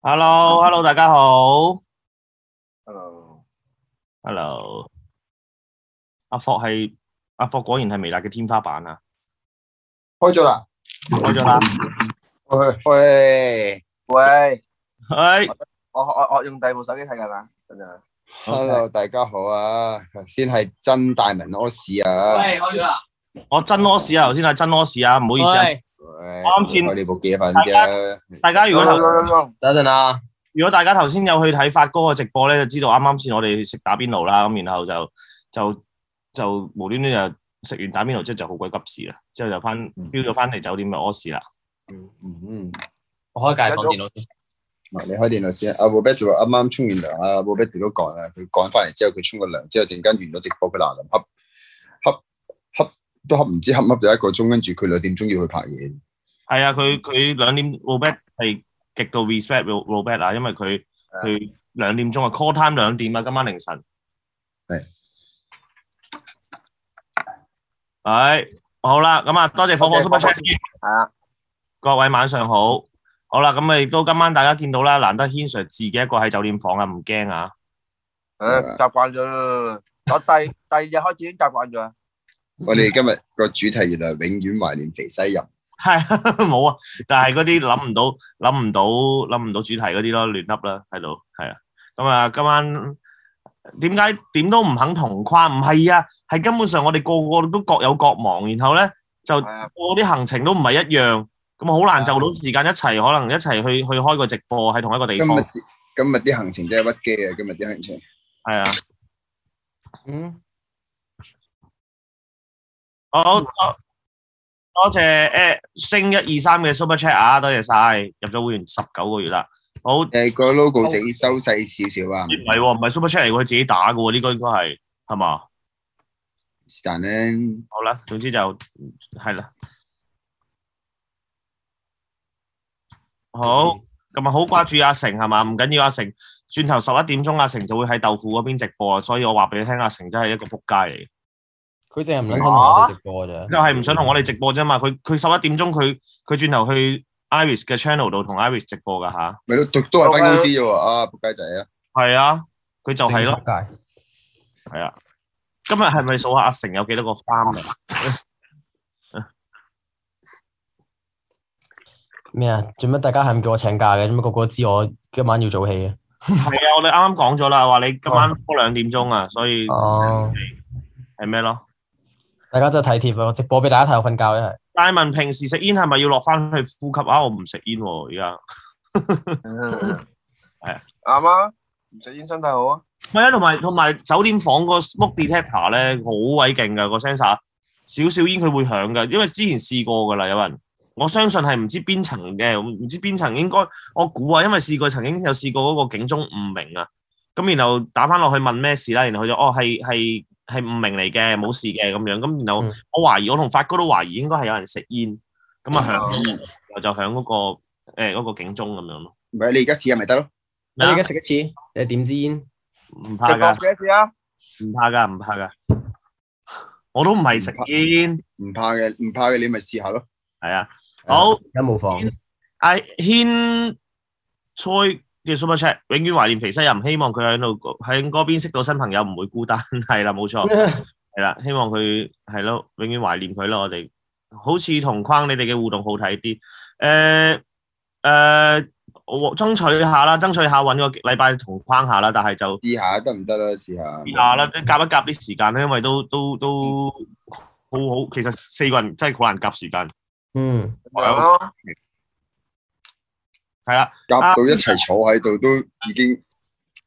Hello，Hello，大家好 Ờ. Hello， ，Hello。阿霍系阿霍，果然系微辣嘅天花板啊！開咗啦，开咗啦，喂喂喂，哎，我我我用第二部手機睇緊啦，真係。 ，Hello，大家好啊，頭先係真大文屙屎啊，喂，開咗啦！我真屙屎啊！头先系真屙屎啊！唔好意思啊，喂，啱先我呢部幾份啫，大家如果頭喂等陣啊，如果大家頭先有去睇發哥嘅直播咧，就知道啱啱先我哋食打邊爐啦，咁然後就就就無端端就食完打邊爐之後就好鬼急事啦，之後就翻嗯飆咗翻嚟酒店就屙屎啦。嗯，我開解放電腦先。嗱你開電腦先，啊阿 Robert 話啱啱沖完涼啊，Robert 都講啦，佢講翻嚟之後，佢沖個涼之後，陣間完咗直播，佢嗱臨恰恰恰都恰唔知恰唔恰咗一個鐘，跟住佢兩點鐘要去拍嘢，係啊，佢佢兩點 Robert 係極度 respect Ro- Robert 啊，因為佢啊佢兩點鐘啊 call time 兩點啊，今晚凌晨。係。係好啦，咁啊，多謝火火 OK， Super 火火 Chat 先係啊，各位晚上好。好啦，咁啊，亦都今晚大家見到啦，難得軒 Sir 自己一個喺酒店房啊，唔驚啊。誒習慣咗啦，我第第二日開始已經習慣咗啦。我哋今日個主題原來永遠懷念肥西人，係 冇啊，但係嗰啲諗唔到、諗唔到、諗唔到主題嗰啲咯，亂噏啦喺度，係啊。咁啊，今晚點解點都唔肯同框？唔係啊，係根本上我哋個個都各有各忙，然後咧就係 啊，我啲行程都唔係一樣，咁好難就到時間一齊，可能一齊去去開個直播喺同一個地今日方，今日啲行程真係屈機啊，今日啲行程。係啊。嗯，好多多謝诶星一二三嘅 Super Chat 啊，多謝晒入咗會員十九個月啦。好，咦诶，個 logo 整收細少少啊，唔係喎，唔係 Super Chat 嚟喎，佢自己打嘅喎，呢個應該係係嘛？是但咧，好啦，總之就係啦。好，咁啊好掛住阿成係嘛？唔緊要，阿成轉頭十一點鐘，阿成就會喺豆腐嗰邊直播，所以我話俾你聽，阿成真係一個仆街嚟嘅。佢淨係唔撚想同我哋直播咋。就係唔想同我哋直播啫嘛。佢佢十一點鐘佢佢轉頭去 Iris 嘅 channel 度同 Iris 直播噶吓。咪都都都係翻公司啫喎，啊仆街仔啊！係啊，佢就係咯。正仆街。今日係咪數下阿成有幾多個 farm 啊？咩啊？做乜大家係咁叫我請假嘅？做乜個個都知我今晚要早起啊？係啊，我哋啱啱講咗啦，話你今晚多兩點鐘啊，所以哦，係咩咯？大家真係體貼啊！我直播俾大家睇，我瞓覺咧係。戴文平時食煙係咪要落翻去呼吸啊？我唔食煙喎，而家係啱啊，唔食煙身體好啊。係啊，同埋同埋酒店房個 smoke detector 咧好鬼勁噶個 sensor，少少煙佢會響噶，因為之前試過噶啦，有人我相信係唔知邊層嘅，唔知邊層應該我估啊，因為試過曾經有試過嗰個警鐘唔明啊，咁然後打翻落去問咩事啦，然後佢就哦係係係唔明嚟嘅，冇事嘅咁樣，咁然後嗯我懷疑我同發哥都懷疑應該係有人食煙，咁啊響，唔然後就響嗰、個誒嗰、個警鐘咁樣咯，係你而家試下咪得咯，你而家食一次，你點支煙？唔直怕播㗎。幾多次啊？唔怕噶，唔怕噶。我都唔係食煙，唔怕嘅，唔怕嘅你咪試下咯。係啊。好，而家冇放。阿軒蔡嘅 super chat，永遠懷念肥西人，希望佢喺度喺嗰邊識到新朋友，唔會孤單。 係啦，冇錯，係啦，希望佢係咯，永遠懷念佢啦。我哋好似同框你哋嘅互動好睇啲。誒、誒，我爭取下啦，爭取下揾個禮拜同框下啦，但係就。試下得唔得啦？試下。試下啦，即係夾一夾啲時間咧，因為都都都好好，其實四個人真係好難夾時間。 嗯，係咯，係啦，夾到一齊坐喺度都已經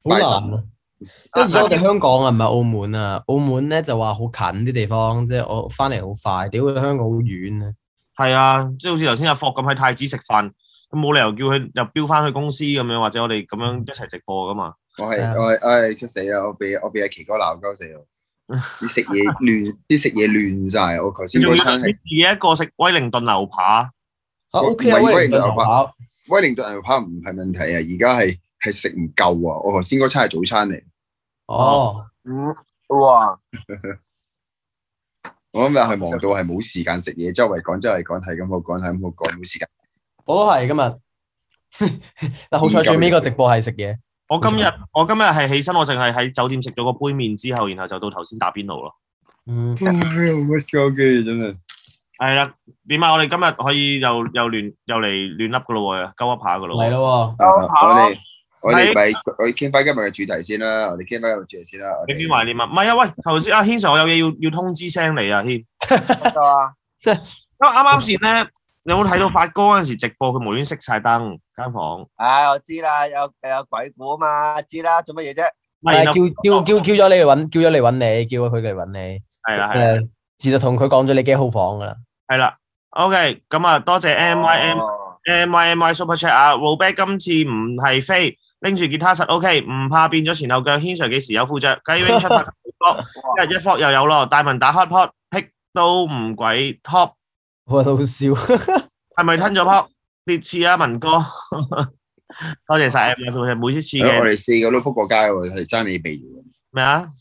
好難啊。因為而家我哋香港啊，唔係澳門啊。澳門咧就話好近啲地方，即係我翻嚟好快。屌，香港好遠啊！係啊，即係好似頭先阿霍咁喺太子食飯，咁冇理由叫佢又飆翻去公司咁樣，或者我哋咁樣一齊直播噶嘛。我係係我係唉佢死啊！我俾我俾阿奇哥鬧鳩死我。啲食嘢亂，啲食嘢亂晒。我頭先你仲嗰要餐係自己一個食威靈頓牛扒，啊喂 OK 啊，喂喂，喂唔同跑。威靈頓牛扒唔係問題啊，而家係係食唔夠啊！我頭先嗰餐係早餐嚟，哦，嗯，哇，我今日係忙到係冇時間食嘢，周圍講周圍講係咁，我講係咁，我講冇時間。我都係今日。 但好彩最尾個直播係食嘢，我今日我今日係起身，我淨係喺酒店食咗個杯麵之後，然後就到頭先打邊爐咯。嗯，乜鳩機真係，係啦，點啊？我哋今日可以又又亂又嚟亂笠噶咯喎，鳩噏下噶咯喎。嚟咯啊好我哋我哋咪我哋傾翻今日嘅主題先啦，我哋傾翻今日主題先啦，我你哋邊懷念啊？唔係啊，喂，頭先阿軒 Sir，我有嘢要要通知聲你啊，軒。因啊，為啱啱先咧，你有冇睇到發哥嗰陣時直播，佢無端端熄晒燈間房？唉，我知啦，有有鬼故啊嘛，知啦，做乜嘢啫？唔喎，係，係然後叫叫叫叫咗你嚟揾，叫咗你揾你，叫咗佢嚟揾你，係啦係啦誒，自就同佢講咗你幾號房噶啦， 係啦。OK，咁啊，多謝 M Y M 哦 M Y M Y Super Chat 啊 r o b e t 今次唔係飛，拎住吉他實 OK，唔怕變咗前後腳。軒 Sir 幾時有副着？雞 wing 出發， 一日一 f 又有咯。大文打 hot pot，pick 都唔鬼 top，我都好笑，係咪吞咗 pop？跌次啊，文哥， 多謝晒 M Y Super Chat，每一次我嘅哋四個都撲過街喎，係爭你未完。咩啊？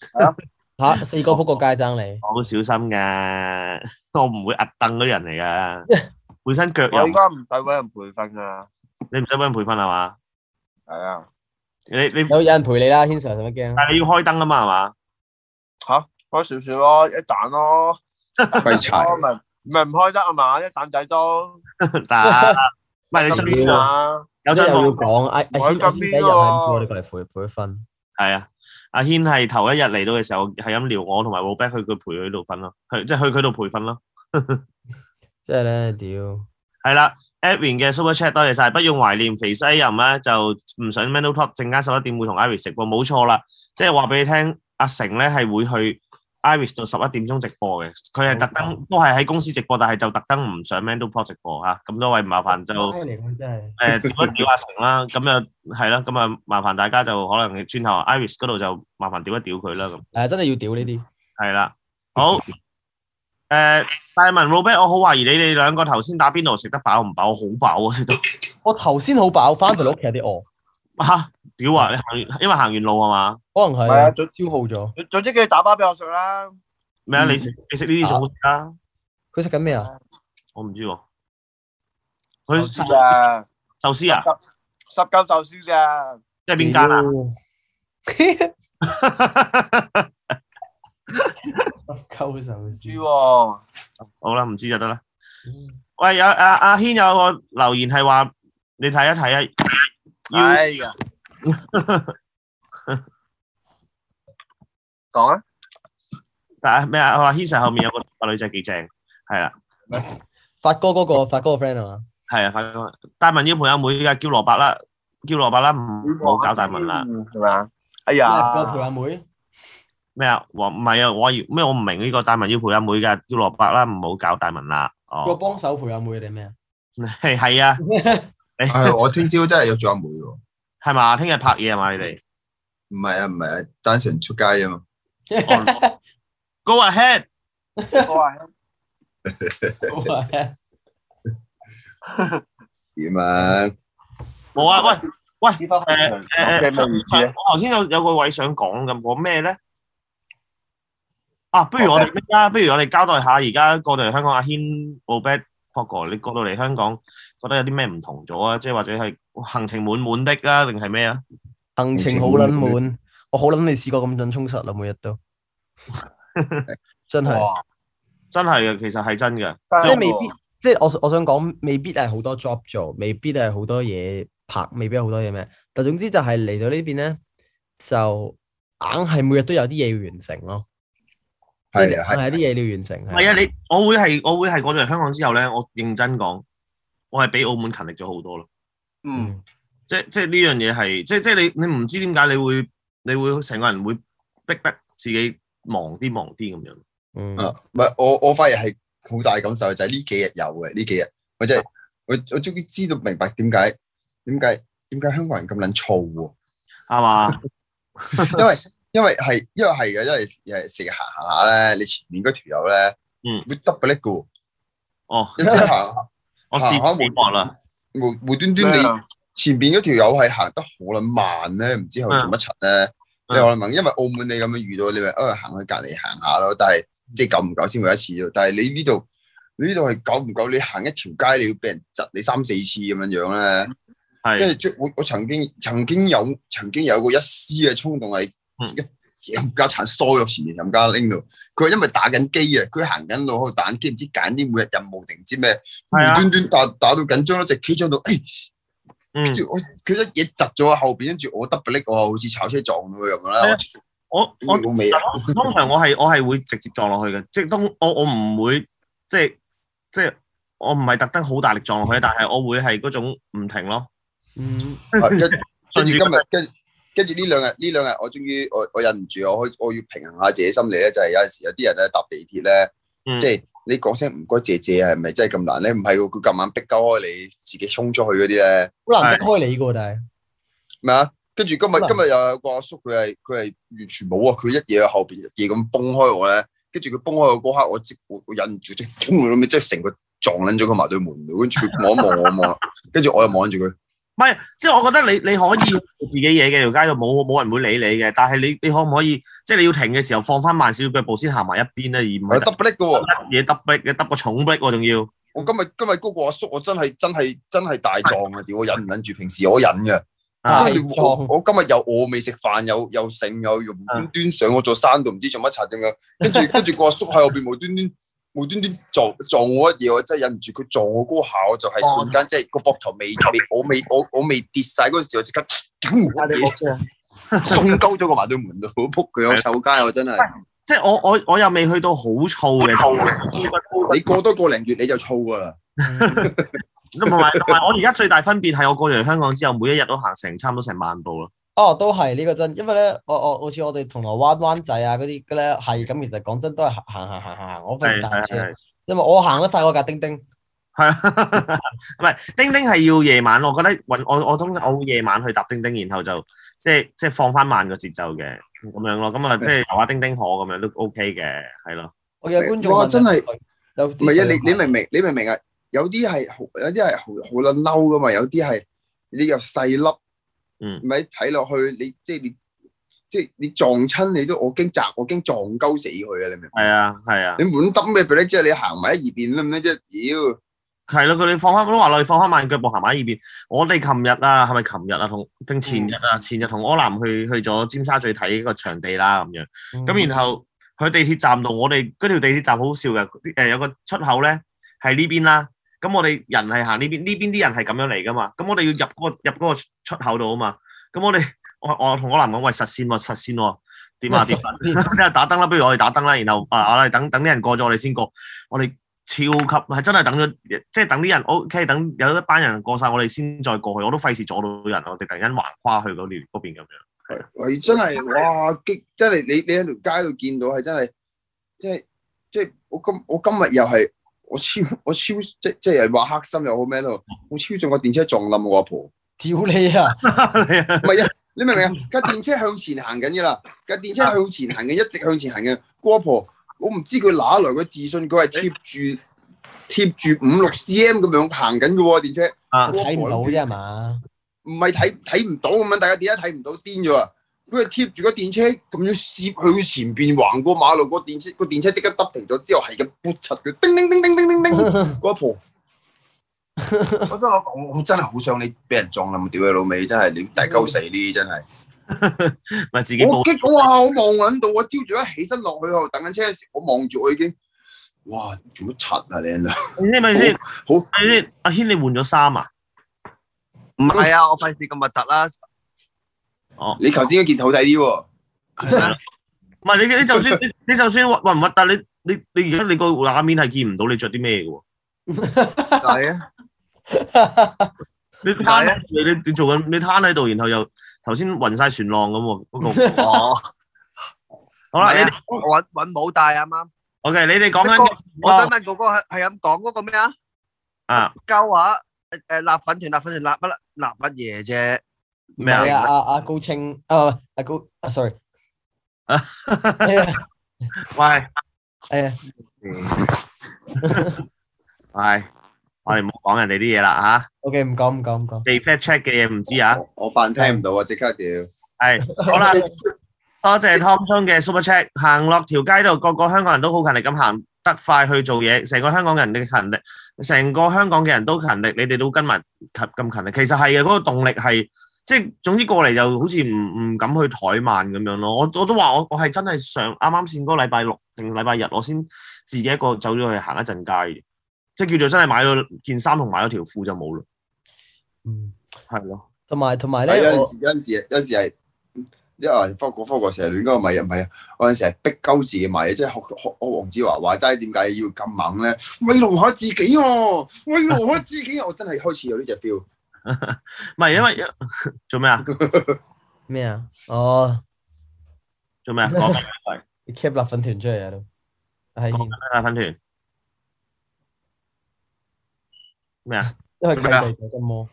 吓四個仆個街爭你，我好小心噶， 我唔會壓凳嗰啲人嚟噶。本身腳 我又應該唔使搵人培訓噶，你唔使揾人培訓係嘛？係啊，你你有有人陪你啦，軒 Sir 使乜驚？但係你要開燈啊嘛係嘛？ 開少少咯，一盞咯，廢柴，咯咪咪唔開得啊嘛，一盞仔都但唔係你咁真邊係啊，有即係真又要風講，阿阿我喺軒阿今軒邊仔又喎係我哋過嚟陪陪分，係啊！阿軒係頭一日嚟到嘅時候係咁撩我同埋 Robert 去佢陪佢度瞓咯，去即係去佢度培訓咯。即係咧屌，係啦，Edwin 嘅 Super Chat 多謝晒，不用懷念肥西人咧，就唔想 Mental Top 陣間十一點會同 Iris 直播，冇錯啦，即係話俾你聽，阿成咧係會去 Iris 到十一點鐘直播嘅，佢係特登都係喺公司直播，但係就特登唔上 Mental Top 直播嚇，咁多位麻煩就唉嚟哎講真係，誒點一屌阿成啦，咁就係啦，咁啊麻煩大家就可能轉頭 Iris 嗰度就麻煩屌一屌佢啦咁。誒真係要屌呢啲，系啦，好。诶、大文 Robert，我好懷疑你哋兩個頭先打邊爐食得飽唔飽？我好飽啊，食到我頭先好飽，翻到嚟屋企有啲餓，吓屌啊！你行完，因為行完路啊嘛？可能係啊係總消耗咗，總總之叫佢打包俾我食啦，咩啊？你嗯你食呢啲仲好食啊？佢食緊咩啊？我唔知喎。我佢知壽啊，壽司啊，十嚿壽司咋，即係邊間啊？鳩手知指喎， 好啦，唔知就得啦。喂，有阿阿軒有個留言係話，你睇一睇啊，要哎呀，講啊。啊咩啊？我話軒 Sir 後面有個個女仔幾正，係啦。發哥嗰個發哥個 friend à? 啊嘛，系啊，快啲！大文要陪阿妹噶，叫蘿蔔啦，叫蘿蔔啦，唔唔好啊搞大文啦。係嘛？哎呀，發哥陪阿妹，咩啊？我唔係啊，我要咩？我唔明呢個大文要陪阿妹噶，叫蘿蔔啦，唔好搞大文啦。個哦，幫手陪阿妹定咩啊？係係啊，係我聽朝真係約咗阿妹喎，唔係嘛？聽日拍嘢啊嘛，你哋。係啊唔係啊，單純出街啊嘛， Go ahead，我話點啊？冇啊，喂，呢方面誒嘅咪唔知啊，我頭先有有個位想講咁，我咩咧？啊，不如我哋咩啦？不如我哋交代下，而家過到嚟香港，阿軒、奧伯、霍哥，你過到嚟香港，覺得有啲咩唔同咗啊？即係或者係行程滿滿的啊，定係咩啊？行程好撚滿，我好撚未試過咁盡充實啦，每日都真係，哇真係嘅，其實係真嘅。即真係未係必，即係我我想講，未必係好多 job 做，未必係好多嘢拍，未必係好多嘢咩，但總之就係嚟到呢邊咧，就硬係每日都有啲嘢要完成咯，即係係硬啊係啊係有啲嘢要完成，唔係啊，你我會係我會係過咗嚟香港之後咧，我認真講，我係比澳門勤力咗好多咯。嗯，嗯，即即係呢樣嘢係即即係你你唔知點解你會你會成個人會逼得自己忙啲忙啲 咁樣。嗯啊，唔係我我反而係好大感受就係呢幾日有嘅呢幾日，我真係我我終於知道明白點解點解點解香港人咁撚燥喎，啱啊嘛？因為因為係因為係嘅，因為誒成日行行下咧，你前面嗰條友咧，嗯，會耷嘅叻嘅喎，哦，一直行我啊試過美國啦，無無端端咩你啊前面嗰條友係行得好撚慢咧，唔知佢做乜柒咧，嗯你可能問，因為澳門你咁樣遇到，你咪啊行去隔離行下咯，但係嗯即係久唔久先會一次啫，但係你呢度。嗯你呢度係久唔久？你行一條街，你要俾人窒你三四次咁樣樣咧，跟住係即我我曾經曾經有曾經有過一絲嘅衝動係嗯一冚家鏟疏咗前面冚家拎度，佢話因為打緊機啊，佢行緊路喺度打緊機，唔知揀啲每日任務定唔知咩，無係啊端端打打到緊張咯，就企咗喺度，誒、跟嗯。住我佢一嘢窒咗我後邊，跟住我 double 拎我，好似炒車撞到佢咁樣係啦啊，我我我屌你老尾 啊！通常我係我係會直接撞落去嘅，即係當我我唔會即係即係我唔係特登好大力撞落去，但係我會係嗰種唔停咯。嗯，啊跟跟住今順住日跟跟住呢兩日呢兩日，我終於我我忍唔住，我開我要平衡下自己心理咧，就係、有陣時有啲人咧搭地鐵咧，嗯即係你講聲唔該謝謝啊係咪真係咁難咧？唔係喎，佢咁晚逼鳩開你，自己衝出去嗰啲咧，好難逼開你噶，但係咩啊？跟住今日好難今日又有個阿叔，佢係佢係完全冇啊！佢一嘢喺後邊一嘢咁崩開我咧，跟住佢崩開我嗰刻，我即我我忍唔住即衝佢咁樣，即係成個撞撚咗佢埋對門度，跟住佢望一望我我望，跟住我又望住佢，唔係，即係我覺得你你可以做自己嘢嘅條街度冇冇人會理你嘅，但係你你可唔可以即係你要停嘅時候放翻慢少少腳步先行埋一邊咧，我而唔係 double 嘅喎。得嘢得逼嘅得個重逼我仲要。我今日今日嗰個阿叔，我真係真係真係大撞啊！屌，我忍唔忍住？平時我忍嘅，啊係跟住我我今日又餓未食飯，又又剩又無端端上我座山度，唔知做乜柒咁樣。跟住跟住個阿叔喺後邊無端端無端端撞撞我一嘢，我真係忍唔住。佢撞我嗰下，我就係瞬間即係個膊頭未未，我未我我未跌晒嗰陣時，我即刻屌我屌送鳩咗個埋對門度，仆佢我臭街，我真係即係我我我又未去到好燥嘅，你過多個零月你就燥㗎啦。同埋同埋我而家最大分別係我過嚟香港之後，每一日都行成差唔多成萬步咯。哦，都係呢個真，因為咧，我我好似我哋銅鑼灣灣仔啊嗰啲嘅咧，係咁，其實講真都係行行行行行，我費係事搭係車，係。因為我行得快過架叮叮。係 啊，唔係叮叮係要夜晚，我覺得運我我通常我會夜晚去搭叮叮，然後就即係即係放翻慢個節奏嘅咁樣咯，咁啊即係游下叮叮河咁樣都 OK 嘅，係咯，我有觀眾哇問真係有唔啲係啊！水你你喉明唔明？你明唔明啊？有啲係好，有啲係好好撚嬲噶嘛，有啲係你又細粒，嗯咪睇落去你即係你即係你撞親你都我驚砸，我驚撞鳩死佢啊！你明唔明？係啊係啊，你滿抌咩 break 即係你行埋一二邊啦，咁咧即係屌係咯，佢哋放翻都話落放翻慢腳步行埋一邊。我哋琴日啊，係咪琴日啊同定前日啊？前日同柯南去去咗尖沙咀睇個場地啦咁樣。咁然後佢地鐵站度，我哋嗰條地鐵站好笑嘅，啲誒有個出口咧係呢邊啦。咁我哋人係行呢邊，呢邊啲人係咁樣嚟噶嘛。咁我哋要入嗰、個入嗰個出口度啊嘛。咁我哋我我同柯南講喂實線喎，實線喎，點啊點啊？先咁啊打燈啦，不如我哋打燈啦，然後啊我哋等等啲人過咗我哋先過，我哋超級係真係等咗，即係等啲人 O、k 等有一班人過晒，我哋先再過去，我都費事阻到人，我哋突然間橫跨去嗰邊嗰邊咁樣。喂真係哇激！真係你你喺條街度見到係真係，即係即係我今我今日又係我超我超即即係人話黑心又好咩都好，我超上個電車撞冧我阿婆。 屌你 啊！唔係啊，你明唔明 啊？架電車向前行緊嘅啦，架電車向前行嘅，一直向前行嘅。姑阿婆，我唔知佢哪來嘅自信，佢係貼住貼住五六 cm 咁樣行緊嘅喎電車，啊睇唔到啫係嘛？唔係睇睇唔到咁樣，大家點解睇唔到癲咗啊？佢係貼住個電車咁樣攝去前邊橫過馬路，個電車個電車即刻得停咗之後係咁撥柒佢，叮叮叮叮叮叮叮， 姑阿婆。我真係我我真係好想你俾人撞冧，屌你老味，真係你大鳩死呢啲真係。 咪自己報我激我哇！我望撚到，我朝早一起身落去我等緊車嗰時，我望住我已經，哇！做乜柒啊你啊？你知咪先？好咪先，阿軒你換咗衫啊？唔係啊，我費事咁核突啦。哦，你頭先嗰件好睇啲喎，啊唔係你你就算你你就算核唔核突，你你你而家你個畫面係見唔到你着啲咩嘅喎？係啊，你攤喺度你你做緊你攤喺度，然後又頭先暈晒船浪咁喎嗰 個哦，好啦，係你啊哋我揾揾冇帶啊，啱啱。 OK，你哋講不過緊我想問哥哥係係咁講嗰個咩啊？啊鳩話誒誒，辣粉團、辣粉團、辣乜辣乜嘢啫？咩係啊，啊？阿阿高清啊，阿高啊，sorry， 啊係啊喂係啊，喂，我哋唔好講人哋啲嘢啦嚇， OK，唔講唔講唔講。被 fact check 嘅嘢唔知啊。我我扮聽唔到啊！即刻屌，係好啦，多謝 Tom 中嘅 Super Chat，行落條街度，個個香港人都好勤力咁行。得快去做嘢，成個香港人嘅勤力，成個香港嘅人都勤力，你哋都跟埋勤咁勤力，其實係嘅，嗰、個動力係即係總之過嚟就好似唔唔敢去怠慢咁樣咯。我我都話我我係真係上啱啱先嗰個禮拜六定禮拜日，我先自己一個走咗去行一陣街，即係叫做真係買咗件衫同買咗條褲就冇啦，嗯，係咯，同埋同埋有咧，陣我時有陣時有陣時係。因為科國科國成日亂嗰個咪唔係啊，我有陣時係逼鳩自己買嘢，即係學學學黃子華話齋，點解要咁猛咧？慰勞下自己喎，慰勞下自己，我真係開始有呢只 feel。唔係因為 做咩啊？咩啊？哦，做咩啊？講你 keep 辣粉團出嚟啊都，係講啊粉團咩啊？因為契做咩啊弟咗金魔，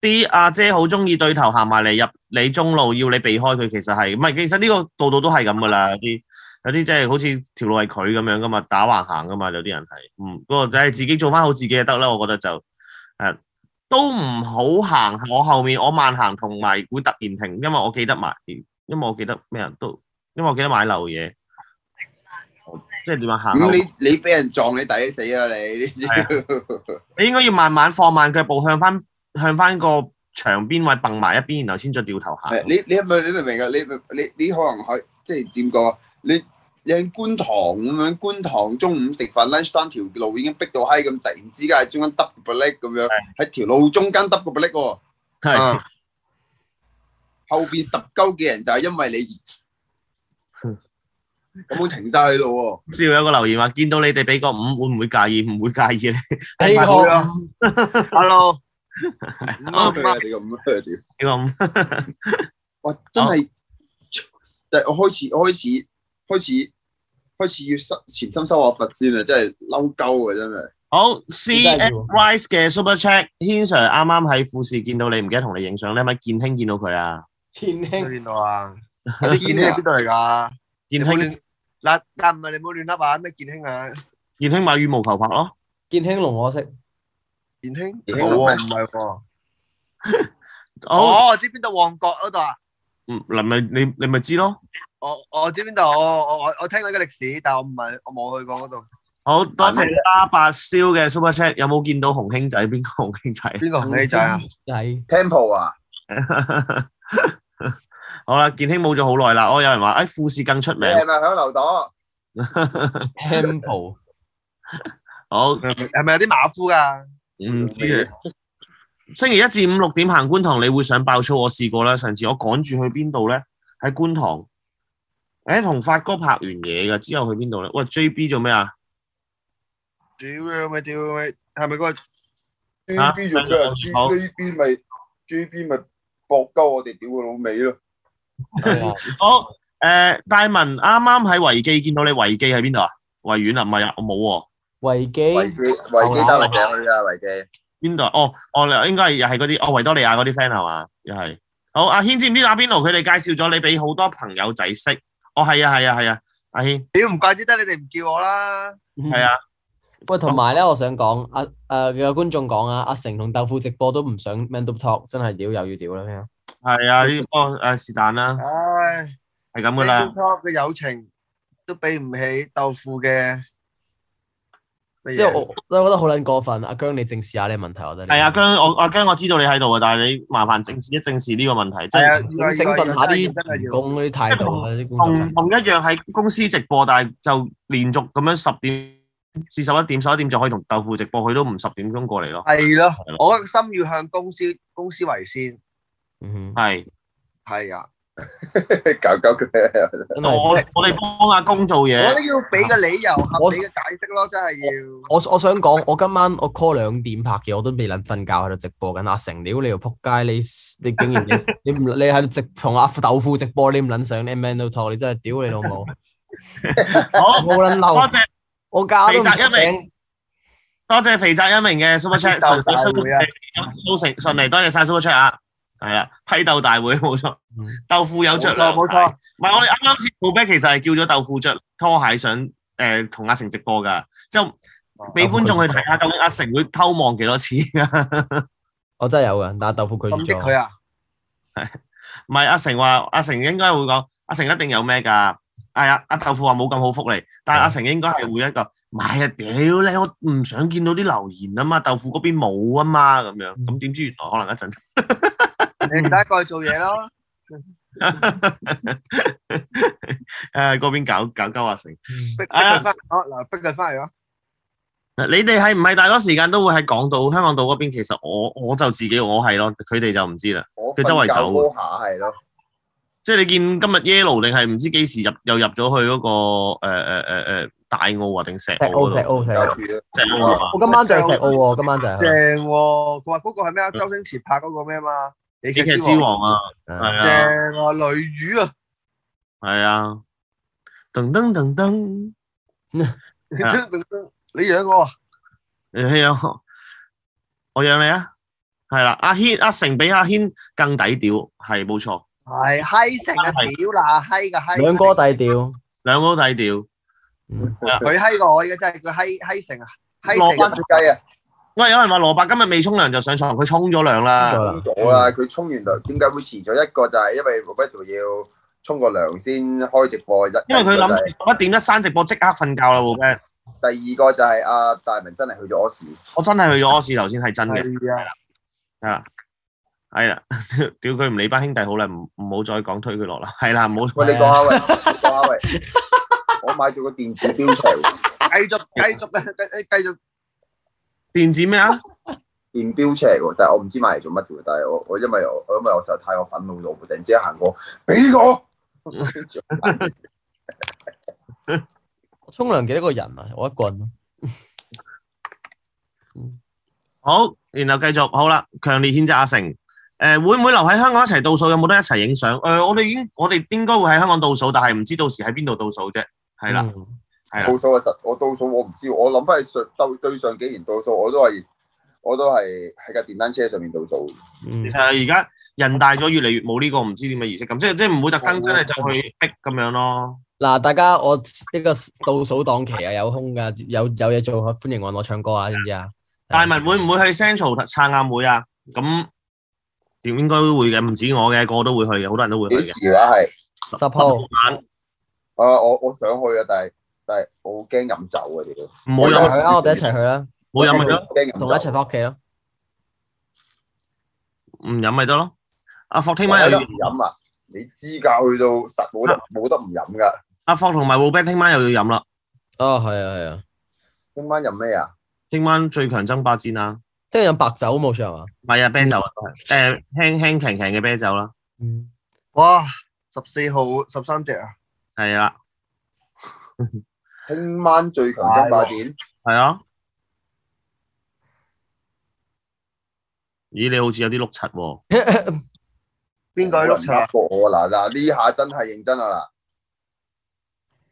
啲阿姐好中意對頭行埋嚟入你中路，要你避開佢，其實係唔係？其實呢個度度都係咁噶啦，有啲有啲即係好似條路係佢咁樣噶嘛，打橫行噶嘛，有啲人係，嗯，不過就係自己做翻好自己就得啦，我覺得就誒、嗯都唔好行我後面，我慢行同埋會突然停，因為我記得買，因為我記得咩人都，因為我記得買漏嘢，即係點樣行後？咁你你俾人撞你抵死啊你！呢啲你應該要慢慢放慢腳步，向翻向翻個牆邊位蹦埋一邊，然後先再掉頭行。係你你係咪你明唔明啊？你你你可能可以即係佔個你你喺觀塘咁樣，觀塘中午食飯 lunch time 條路已經逼到閪咁，突然之間喺中間揼個 black 咁樣，喺條路中間揼個 black 喎，係。啊後邊十鳩嘅人就係因為你 而咁樣停晒喺度喎。笑有個留言話，見到你哋俾個五，會唔會介意？唔會介意咧。哎呀係啊 Hello，啱佢啊！你咁啊屌！呢個五我真係，但係我開始，我開始，開始，開始要收潛心收下佛先啊！真係嬲鳩啊！真係。好 C 真係 S 要 Rise 嘅 Super Chat，軒 Sir 啱啱喺富士見到你，唔記得同你影相，你係咪健興見到佢啊？前喺兄邊度啊？ 阿健興喺邊度嚟㗎？你健冇興亂嗱，但唔係你冇亂笠啊！咩健興啊？健興買羽毛球拍咯，健興龍我識，健興健興冇啊，咩唔係喎。好，哦，我知邊度旺角嗰度啊？嗯嗱咪你你咪知咯。我我知邊度，我我我聽過呢個歷史，但我唔係我冇去過嗰度。好多謝啦，白燒嘅 Super Chat，有冇見到紅兄仔？邊個紅兄仔？邊個紅 A 仔啊？仔 Temple 啊！好啦，健興冇咗好耐啦。我哦有人話，誒富士更出名你。係咪響樓啊朵？ Temple 好，係咪有啲馬夫㗎？唔知啊。星期一至五六點行觀塘，你會想爆粗？我試過啦，上次我趕住去邊度咧？喺觀塘，誒、同發哥拍完嘢噶，之後去邊度咧？喂，JB 做咩啊？屌你咪屌你咪，係咪嗰個？啊 JB 做咩人好？JB 咪 JB 咪搏鳩我哋屌佢老味咯！係啊好，誒、大文啱啱喺維記見到你，維記喺邊度啊？維園啊？唔係啊，我冇喎。維維基基維基得我哋去啊！維基 邊度啊？哦，哦，應該係又係嗰啲，哦，維多利亞嗰啲 friend 係嘛？又係。好，阿軒知唔知打邊爐？佢哋介紹咗你俾好多朋友仔識。哦，係啊，係啊，係啊，阿軒，屌唔怪之得你哋唔叫我啦。係啊。喂，嗯同埋咧，我想講阿誒有觀眾講啊，阿成同豆腐直播都唔想 man up talk，真係屌又要屌啦咩啊？係啊，呢哦誒是但啦，唉。係咁噶 Little 啦。 Top 嘅友情都比唔起豆腐嘅乜嘢，即係我，我覺得好撚過分。阿姜，你正視下呢個問題，我覺得你係啊，姜，我阿姜，我知道你喺度啊，但係你麻煩正視一正視呢個問題，即係啊，係要整整要頓下啲要真係員要工嗰啲態度啊，啲工作同態度同一樣喺公司直播，但係就連續咁樣十點至十一點、十一點就可以同豆腐直播，佢都唔十點鐘過嚟咯。係係咯，我個心要向公司公司為先，嗯哼，係，係啊，搞鳩佢，真我係我我哋幫阿公做我嘢，都要俾個理由合我理嘅解釋咯，真係要。我我想講，我今晚我 call 兩點拍嘅，我都未撚瞓覺喺度直播緊。阿成，屌你條撲街，你你 竟然你你唔你喺度直同阿豆腐直播，你唔撚上 M N 到托，你真係屌你老母，我好，好撚多嬲，謝我假都肥唔宅一醒。多謝肥宅一名嘅 Super Chat，批鬥大順會啊順順順利，多謝晒 Super Chat 啊！係啦，批鬥大會冇錯嗯，豆腐有着冇錯涼冇錯唔係，我哋啱啱先 p r 其實係叫咗豆腐着拖鞋上誒同阿成直播㗎，之後哦俾觀眾去睇下究竟阿成會偷望幾多啊次㗎。我真係有嘅，但係豆腐拒咁絕激咗。佢啊！唔係阿成話，阿成應該會講，阿成一定有咩㗎？係啊，阿豆腐話冇咁好福利，嗯但係阿成應該係會一個買啊屌你，我唔想見到啲留言啊嘛，豆腐嗰邊冇啊嘛咁樣，嗯咁點知原來可能一陣 你大家過去做嘢咯。誒嗰邊搞搞鳩阿成。逼逼啊佢翻嚟咯，嗱，逼佢翻嚟咯。你哋係唔係大多時間都會喺港島、香港島嗰邊？其實我我就自己我係咯，佢哋就唔知啦。我佢周圍走啊瞓覺嗰下係咯，即係你見今日 yellow 定係唔知幾時入又入咗去嗰、個誒誒誒誒大澳啊定石澳嗰石澳石度？澳石澳，有處石澳啊嘛，我今晚就係石澳喎，今晚就係正喎，佢話嗰個係咩啊？周星馳拍嗰個咩嘛？喜喜劇之王啊，係正啊，啊，雷雨啊，係啊，噔噔噔噔，啊你養我啊？係啊，我養你啊，係啦，阿軒阿成比阿軒更抵屌，係冇錯，係閪成啊，屌啦，閪噶閪。兩哥低調，兩個都抵屌。嗯佢閪過我而家真係，佢閪閪成啊，落閪成班啊。雞啊，喂，有人話羅伯今日未沖涼就上床，佢沖咗涼啦。好啦嗯沖咗啦，佢沖完涼點解會遲咗一個就係因為 Roberto 要沖個涼先開直播，一因為佢第二個就係諗一點一閂直播即刻瞓覺啦，我驚。第二個就係阿大文真係去咗屙屎，我真係去咗屙屎頭先，係真嘅，係啊，係啦。 屌佢唔理班兄弟好啦，唔唔好再講推佢落啦，係啦，唔好。喂你講下 喂，你講下喂，我買咗個電子錶出嚟喎，繼續繼續啊，繼繼續電子咩啊？電錶出嚟喎，但係我唔知買嚟做乜嘅喎，但係我我因為我我因為我實在太過憤怒咗，我突然之間行過，俾我，啊沖涼幾多個人啊？我一個人咯。好，然後繼續好啦，強烈譴責阿成。誒、會唔會留喺香港一齊倒數？有冇得一齊影相？誒、我哋已經我哋應該會喺香港倒數，但係唔知到時喺邊度倒數啫。係啦，嗯，係啦倒。數啊實，我倒數我唔知，我諗翻係上對對上幾年倒數，我都係我都係喺架電單車上面倒數。嗯其實而家人大咗，越嚟越冇呢個唔知點嘅儀式感，即係即係唔會特登真係就去逼咁樣咯。嗱，大家我呢個倒數檔期啊，有空噶，有有嘢做，歡迎揾我唱歌啊，知唔知啊？大文會唔會去 Central 撐亞妹啊？咁點應該都會嘅，唔止我嘅，個個都會去嘅，好多人都會去幾嘅。時啊？係十號啊，我我想去啊，但係但係我好驚飲酒啊！屌，唔好去飲啊，啦，我哋一齊去啦，唔好飲啊咪得咯，我驚飲同我一酒。齊翻屋企咯。唔飲咪得咯。阿霍聽我晚啊有又得要唔，飲啊？你知㗎，去到實冇得冇得唔飲㗎。阿霍同埋 Robert 聽晚又要飲啦。哦，係啊，係啊，今晚飲咩啊？聽晚最強爭霸戰啊，即係飲白酒冇錯係嘛？唔係啊啤酒啊，誒嗯輕輕強強嘅啤酒啦，嗯，哇！十四號十三隻啊，係啦，聽晚最強爭霸戰，係啊。咦，你好似有啲碌柒喎，邊個喺冇碌人柒答啊？過我嗱嗱呢下真係認真啊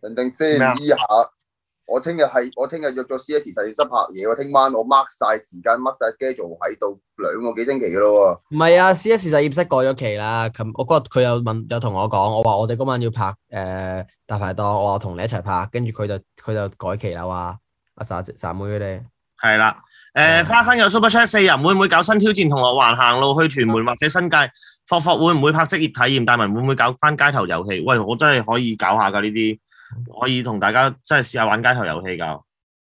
嗱，定定咩先啊呢下。我聽日係我聽日約咗 C.S. 實驗室拍嘢，我聽晚我 mark 晒時間，mark 晒 schedule 喺度兩個幾星期㗎咯喎。 唔係啊，C S 實驗室改咗期啦。琴我嗰日佢有問，有同我講，我話我哋今晚要拍誒、呃大排檔，我話同你一齊拍，跟住佢就佢就改期啦，話阿傻傻妹佢哋。係啦。誒，花生有 Super Chat 四人會唔會搞新挑戰銅鑼灣行路去屯門或者新界？霍霍會唔會拍職業體驗？大文會唔會搞翻街頭遊戲？喂，我真係可以搞下㗎呢啲，可以同大家真係試下玩街頭遊戲㗎，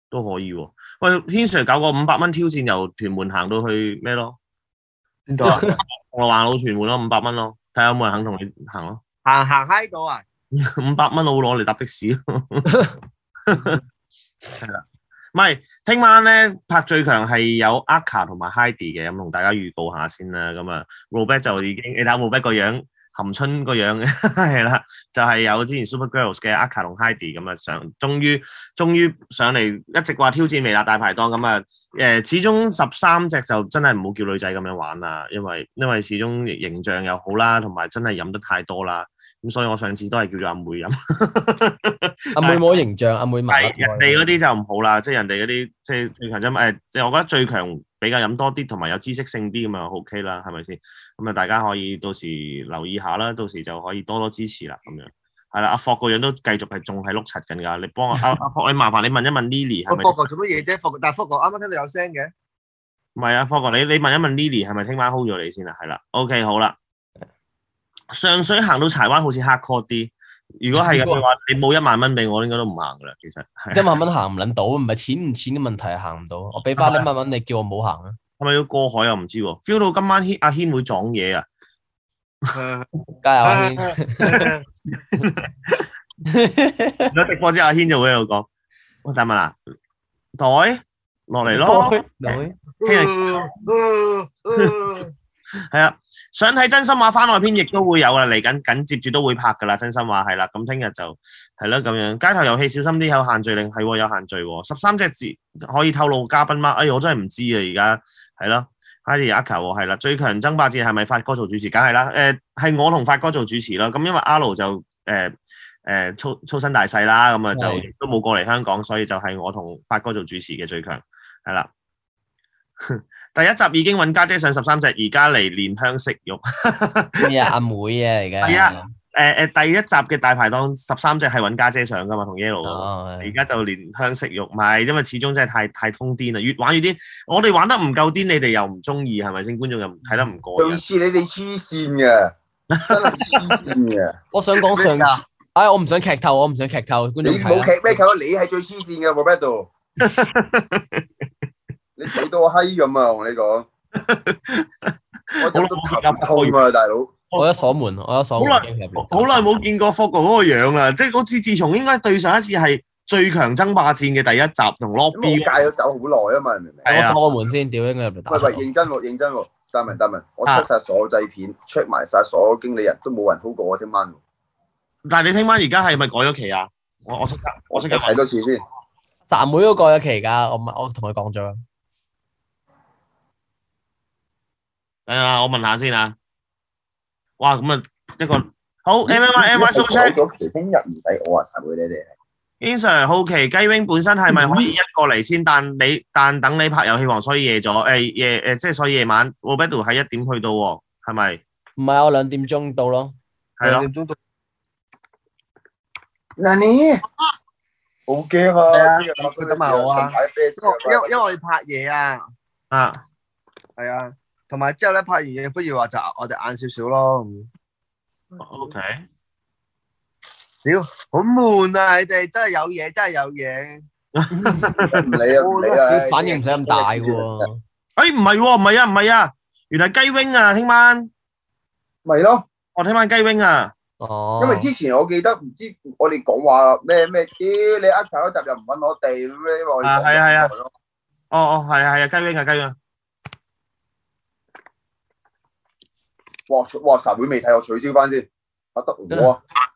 都可以喎。喂，軒 Sir 搞個五百蚊挑戰，由屯門行到去咩咯？邊度啊？銅鑼灣路屯門咯，五百蚊咯，睇下有冇人肯同你行咯。 行行嗨到啊！五百蚊我會攞嚟搭的士。係啦，唔係聽晚咧拍最強係有 Aka 同埋 Heidi 嘅，咁同大家預告下先啦。咁啊，Robert 就已經你睇下 Robert 個樣，含春個樣 係啦，就係、有之前 Super Girls 嘅 Aka 同 Heidi 咁啊上，終於終於上嚟，一直話挑戰微辣大排檔咁啊誒，始終十三隻就真係唔好叫女仔咁樣玩啦，因為因為始終形象又好啦，同埋真係飲得太多啦。咁所以我上次都係叫咗阿妹飲，阿妹冇形象，阿妹麻但甩係人哋嗰啲就唔好啦，即係人哋嗰啲即係最強啫嘛。誒，即係我覺得最強比較飲多啲，同埋有知識性啲咁啊，OK 啦，係咪先？咁啊，大家可以到時留意下啦，到時就可以多多支持啦，咁樣。係啦，阿霍個樣都繼續係仲係碌柒緊㗎，你幫我阿阿霍，你麻煩你問一問 Lily 我係霍咪？哥做乜嘢啫？霍哥但係霍哥啱啱聽到有聲 嘅，唔係啊，霍哥，你你問一問 Lily 係咪聽晚 hold 咗你先啊？係啦，OK 好啦。上水行到柴灣好似 hardcore 啲，如果係嘅，佢話你冇一萬蚊俾我，應該都唔行噶啦。其實係一萬蚊行唔撚到，唔係錢唔錢嘅問題，行唔到。我俾翻一萬蚊你，叫我冇行啊，係咪要過海又唔知喎？feel 到今晚軒阿軒會撞嘢啊！加油啊！軒 係有直播之後，阿軒就會喺度講： 喂，大文啊，袋落嚟 咯。女嗯系啊，想睇真心話番外篇亦都會有啦，嚟緊緊接住都會拍噶啦，真心話係啦，咁聽日就係啦咁樣。街頭遊戲小心啲，有限聚令係喎，有限聚喎，十三隻字可以透露嘉賓嗎？哎呀，我真係唔知啊，而家係咯。h i 阿球係啦，最強爭霸戰係咪發哥做主持？梗係啦，誒、係我同發哥做主持啦。咁因為阿盧就誒誒、粗粗身大細啦，咁啊就係亦都冇過嚟香港，所以就係我同發哥做主持嘅最強係啦。 第一集已經揾家姐上十三隻，而家嚟練香食肉。咩啊？阿妹啊，而家係啊诶诶，第一集嘅大排檔十三隻係揾家姐上噶嘛，同 Yellow 嗰個。哦而家就連香食肉，唔係，因為始終真係太太瘋癲啦，越玩越癲。我哋玩得唔夠癲，你哋又唔中意，係咪先？觀眾又唔睇得唔過上癮。次你哋黐線嘅，真係黐線嘅。我想講上次，唉，我唔想劇透，我唔想劇透，觀啊你眾啊冇睇啦。劇咩劇？你係最黐線嘅 Roberto。你睇到我閪咁啊！我同你講，我好耐睇冇到頭痛啊，大佬。我一鎖門，我一鎖門好耐 game 入邊好耐冇見過 Fogo 嗰個樣啦，即係好似自從應該對上一次係最強爭霸戰嘅第一集同因為我 Lobby 戒咗酒好耐啊嘛，你明唔明？係啊我鎖個門先，屌應該入嚟 打喂錯。喂， 認真喎，認真喎，大文大文，我啊 check 晒所有製片，check 埋晒所有經理人，都冇人好過我聽晚喎。但係你聽晚而家係咪改咗期啊？我我識得，我我識得。睇多次先。站妹嗰個有期㗎，我咪我同佢講咗。等陣啊，我問下先啊。哇，咁啊一個好 M M M Y Super Chat。咗期，聽日唔使我啊，晒會你哋。 In Sir 好奇雞 wing 本身係咪可以一個嚟先？但你但等你拍遊戲王，所以夜咗。誒、夜誒、即係所以夜晚 Roberto 係一點去到喎，係咪？唔係我兩點鐘到咯，係咯，咯，嗱你好驚啊！佢得埋我啊！因因為我哋拍嘢啊，啊，係啊，同埋之後咧拍完嘢，不如話就我哋晏少少咯。咁 OK，好悶啊！你哋真係有嘢，真係有嘢。唔理啊，唔理啊！反應唔使咁大嘅喎。誒唔係喎，唔係啊，唔係啊，原來雞 wing 啊，聽晚咪咯，我聽晚雞 wing 啊，哦，因為之前我記得唔知我哋講話咩咩，屌你呃頭一集又唔揾我哋咩，因為我哋啊係啊係啊講咗咁耐咯哦哦，係啊係啊，雞 wing 啊雞 wing 啊。哇取哇神會未睇我取消翻先，啊得我啊，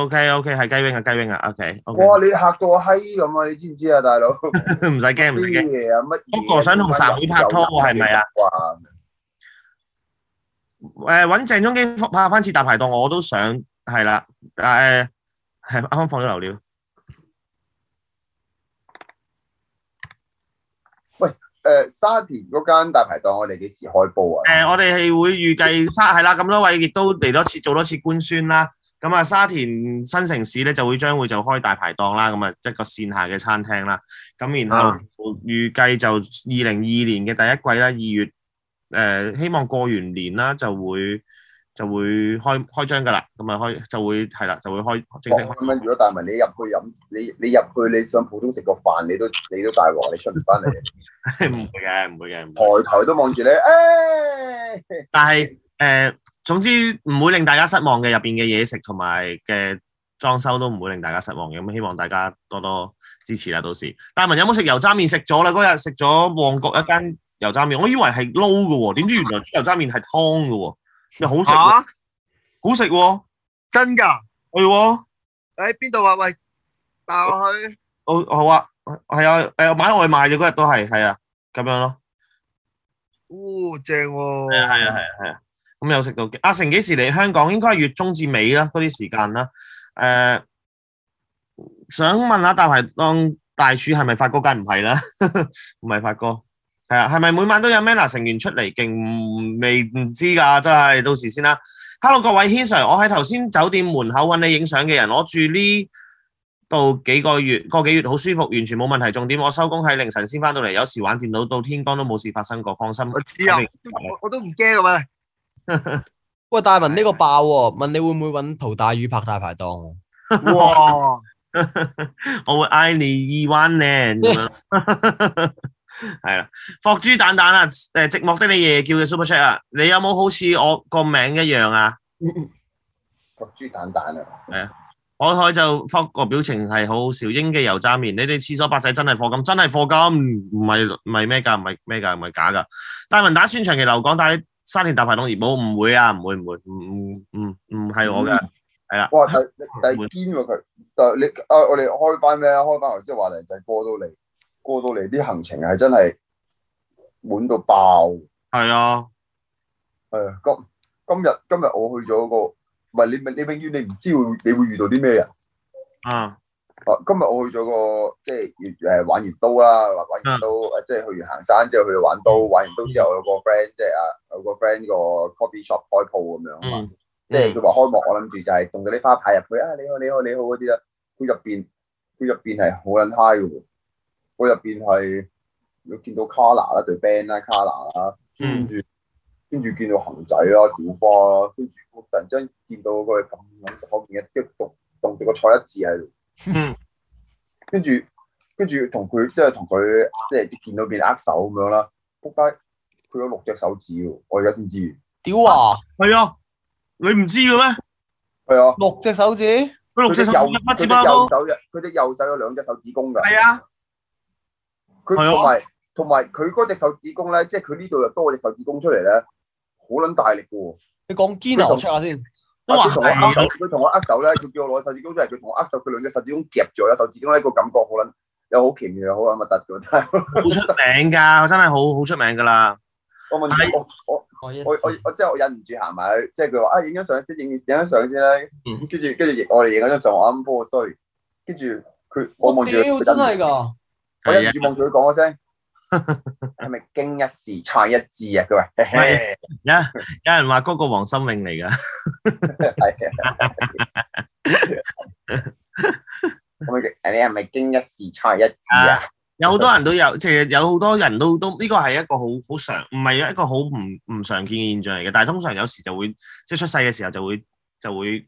OK OK 係雞 wing 啊雞 wing 啊，OK OK，哇你嚇到我閪咁啊！你知唔知啊，大 佬？唔使驚唔使乜驚。嘢啊？乜嘢？不過想同神會拍拖喎係咪啊？哇！誒揾鄭中基拍翻次大排檔，我都想係啦，但係啱啱放咗流料。誒沙田嗰間大排檔，我哋幾時開播誒、啊？呃我哋係會預計沙係啦，咁多位亦都嚟多次做多次官宣啦。咁啊，沙田新城市咧就會將會就開大排檔啦，咁啊即係個線下嘅餐廳啦。咁然後啊預計就二零二年嘅第一季啦，二月誒、呃希望過完年啦就會就會開開張噶啦，咁啊開就會係啦就會開正式哦咁開樣，如果大文你入去飲，你你入去你想普通食個飯，你都你都大鑊，你出唔 翻嚟。 唔會嘅唔會嘅唔會嘅。抬頭都望住你，誒、但係誒、呃，總之唔會令大家失望嘅，入邊嘅嘢食同埋嘅裝修都唔會令大家失望嘅。咁希望大家多多支持啦，到時。大文有冇食油渣面？食咗啦，嗰日食咗旺角一間油渣面，我以為係撈嘅喎，點知原來豬油渣面係湯嘅喎，又好食喎，吓，好食喎，真㗎？係喎，喺邊度啊？喂，帶我去。我好啊，係啊，誒買外賣嘅嗰日都係，係啊，咁樣咯。哦，正喎。係啊係啊係啊係啊，咁有食到嘅。阿成幾時嚟香港？應該係月中至尾啦，嗰啲時間啦。誒、想問下大排檔大廚係咪發哥？梗唔係啦，唔係發哥。係啊，係咪每晚都有 Manner 成員出嚟勁？未唔知㗎，真係到時先啦。Hello，各位軒 Sir，我喺頭先酒店門口揾你影相嘅人，我住呢度幾個月，個幾月好舒服，完全冇問題。重點我收工喺凌晨先翻到嚟，有時玩電腦到天光都冇事發生過，放心。我知啊肯定，我我都唔驚啊喂。喂，大文呢個爆喎，問你會唔會揾陶大宇拍大排檔？哇！我會嗌你二灣靚咁樣，係啦。霍豬蛋蛋啊，誒寂寞的你夜叫嘅 Super Chat 啊，你有冇好似我個名一樣啊？焗豬蛋蛋啊！我海就霍個表情係好好笑，英嘅油炸面，你哋廁所白仔真係貨金，真係貨金，唔係唔係咩㗎，唔係咩㗎，唔係假㗎。大文打孫長期留港，但係沙田大排檔熱冇唔會啊，唔會唔會，唔唔唔唔係我嘅，係啦。嗯哇！但但堅喎佢，但係你啊，我哋開翻咩啊？開翻頭先話題就係過到嚟，過到嚟啲行程係真係滿到爆。係啊，係啊，今今日今日我去咗個，唔係你咪你永遠你唔知會你會遇到啲咩人。啊啊，今日我去咗個即係誒玩完刀啦，玩完刀呃誒，即係去完行山之後去玩刀，玩完刀之後有個 friend 即係啊有個 friend 個 coffee shop 開鋪咁樣啊嘛。嗯，即係佢話開幕，我諗住就係送咗啲花牌入去啊！你好，你好，你好嗰啲啦。佢入邊，佢入邊係好撚 high 嘅喎。我入邊係你見到 Kala 啦，對 band 啦，Kala 啦，跟嗯住跟住見到恒仔啦，小花啦，跟住我突然之間見到佢咁撚熟口面嘅，跟住動動住個菜一字喺度嗯，跟住跟住同佢即係同佢即係見到面握手咁樣啦。仆街，佢有六隻手指喎，我而家先知。屌啊！係啊，你唔知嘅咩？係啊。六隻手指，佢佢六隻手隻右指不佢隻接不嬲右都手有佢隻右手有兩隻手指公㗎。係啊，佢係啊同埋同埋佢嗰隻手指公咧，即係佢呢度又多隻手指公出嚟咧，好撚大力㗎喎。你講堅啊！佢就我 check 下先。都話佢同啊我握手，係啊佢同我握手咧，佢叫我攞手指公出嚟，佢同我握手，佢兩隻手指公夾住我有手指公咧，個感覺好撚又好奇妙又好撚核突㗎。真係 好出名㗎，真係好好出名㗎啦。我問住我我。我一我我我即係我忍唔住行埋去，即係佢話啊影張相先，影影張相先啦嗯。跟住跟住我哋影咗張相，我啱幫我衰。跟住佢我望住屌佢，真係㗎！我係忍啊唔住望住佢講嗰聲，係咪經一事錯一智啊？佢 話嘿嘿有有人話嗰個黃心穎嚟㗎， 係啊。咁你你係咪經一事錯一智啊？有好多人都有，其實有好多人都都呢個係一個好好常，唔係一個好唔唔常見嘅現象嚟嘅。但係通常有時就會即係出世嘅時候就會就會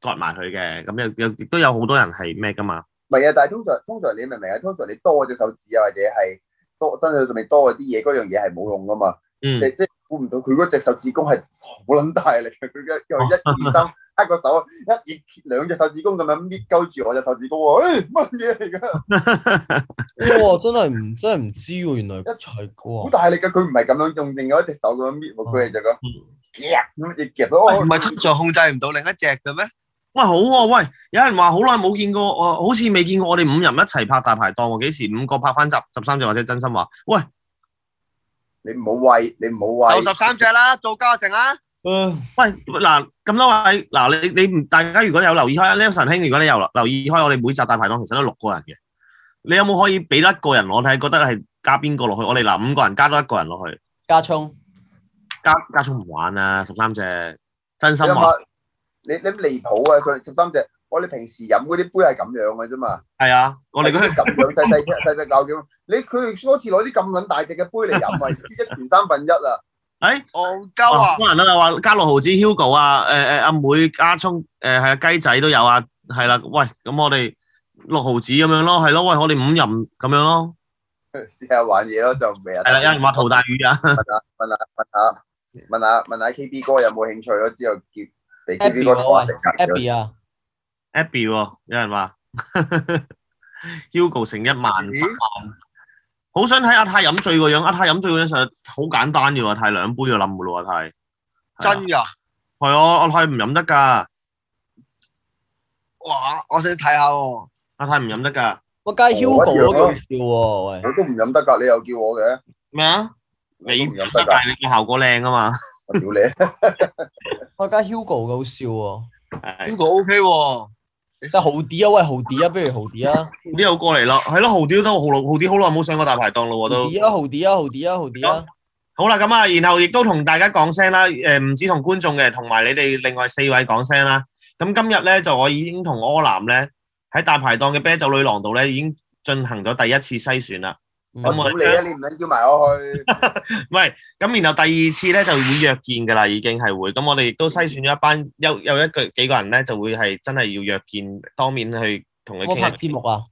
割埋佢嘅，咁有有亦都有好多人係咩㗎嘛。唔係啊，但係通常通常你明唔明啊？通常你多隻手指啊，或者係多身上上面多咗啲嘢，嗰樣嘢係冇用噶嘛。嗯你即係估唔到佢嗰隻手指公係好撚大力嘅，佢嘅又一二三握個手，一二兩隻手指公咁樣搣鳩住我隻手指公喎，誒乜嘢嚟㗎？哇，真係唔真係唔知喎，原來一齊好哦㗎喎。大力㗎，佢唔係咁樣用另外一隻手咁樣搣喎，佢係就咁嗯夾咁樣夾哦喂唔咯。係通常控制唔到另一隻嘅咩？喂，好喎、喂，有人話好耐冇見過，我好似未見過我哋五人一齊拍大排檔喎，幾時五個拍翻集十三隻或者真心話？喂，你唔好喂，你唔好喂就。十三隻啦，做嘉誠啦，誒喂，嗱咁多位，嗱你你唔，大家如果有留意開 Nelson 兄，如果你有留留意開我哋每集大排檔，其實都六個人嘅，你有冇可以俾一個人我睇，覺得係加邊個落去？我哋嗱五個人加多一個人落去，加葱，加加葱唔玩啊，十三隻啊真你心諗話下，你你離譜啊！上十三隻，我哋平時飲嗰啲杯係咁樣嘅啫嘛。係啊，我哋嗰啲咁樣細細 細細嚿咁，你佢嗰次攞啲咁撚大隻嘅杯嚟飲，咪撕一拳三分一啊啦！誒。戇鳩啊！多人啦，話加六毫子 Hugo 啊，誒誒阿妹加葱，誒係啊雞仔都有啊，係啦，喂，咁我哋六毫子咁樣咯，係咯，喂，我哋五人咁樣咯，試下玩嘢咯，就未啊。係啦，有人話陶大宇啊，問下問下問下問下問下 K B 哥有冇興趣咯？之後叫俾 K B 哥同我食飯咗。 Abby 啊， Abby 喎，有人話 Hugo 成一萬咦十萬，好想睇阿泰飲醉個樣，阿泰飲醉個樣實在好簡單嘅喎，阿泰兩杯就冧噶咯，阿泰係啊真㗎，係啊，阿泰唔飲得㗎，哇！我想睇下喎，阿泰唔飲得㗎我加 Hugo 我一樣都咯幾笑喎，喂。我都唔飲得㗎，你又叫我嘅，咩啊？你我都唔飲飲得得㗎，但係你嘅效果靚啊嘛，我屌你！我加 Hugo 嘅好笑喎，係呢個 OK 喎，但豪啲啊，喂，豪啲啊，不如豪啲啊，呢又過嚟啦，係咯，豪啲都好耐，豪啲好耐冇上過大排檔咯喎豪都。啲啊，豪啲啊，豪啲啊，豪啲啊，好啦，咁啊，然後亦都同大家講聲啦，誒、唔止同觀眾嘅，同埋你哋另外四位講聲啦。咁今日咧就我已經同柯南咧喺大排檔嘅啤酒女郎度咧已經進行咗第一次篩選啦。嗯我唔好理啊！你唔撚叫埋我去，喂，咁然後第二次咧就會約見噶啦，已經係會。咁我哋亦都篩選咗一班有有一句幾個人咧，就會係真係要約見當面去同佢可唔可以拍傾節目啊？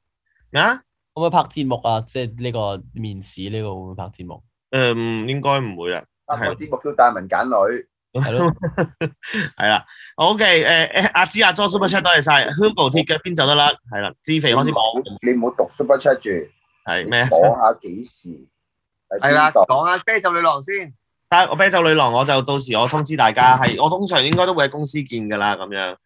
下啊。可唔可以拍節目啊？即係呢個面試呢個會唔會拍節目？誒唔應該嗯唔會啦，啊我節目叫大文揀女，係 咯，係啦。OK，誒誒，阿芝阿 Jo Super Chat 多謝晒 Hugo 鐵腳邊走得啦，係啦，自肥開始講你唔好讀 super chat 住，係你咩？講下幾時 系喺啦，邊度？講下啤酒女郎先。得我啤酒女郎，我就到時我通知大家，係我通常應該都會喺公司見噶啦，咁樣。誒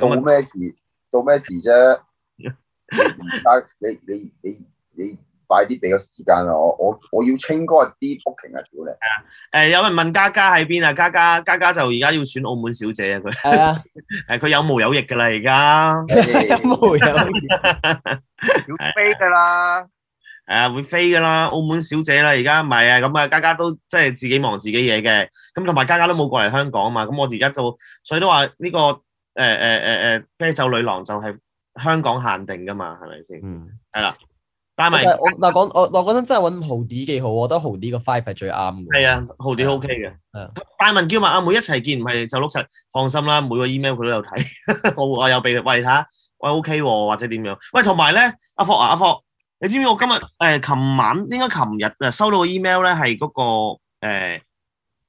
到咁啊咩時？到咩時 啫？你而家你你你你快啲俾個時間啊！我我我要清嗰啲 booking 啊！屌誒你！ 有人問嘉嘉喺邊啊？嘉嘉嘉嘉就而家要選澳門小姐啊！佢係啊， 誒佢有毛有翼噶啦，而家。有冇有？要飛噶啦，係啊，會飛噶啦，澳門小姐啦，而家唔係啊，咁啊，家家都即係自己忙自己嘢嘅，咁同埋家家都冇過嚟香港啊嘛，咁我而家就，所以都話呢、個誒誒誒誒啤酒女郎就係香港限定噶嘛，係咪先？嗯。但但係係我嗱講我我覺得真係揾豪啲幾好，我覺得豪啲個 five 係最啱嘅。係啊，浩啲 OK 嘅係啊。戴文叫埋阿妹一齊見，唔係就碌柒，放心啦，每個 email 佢都有睇， 我我有俾佢喂睇下，喂 OK 喎，或者點樣？喂，同埋咧，阿霍啊，阿霍，你知唔知我今日誒琴晚應該琴日啊收到個 email 咧係嗰個誒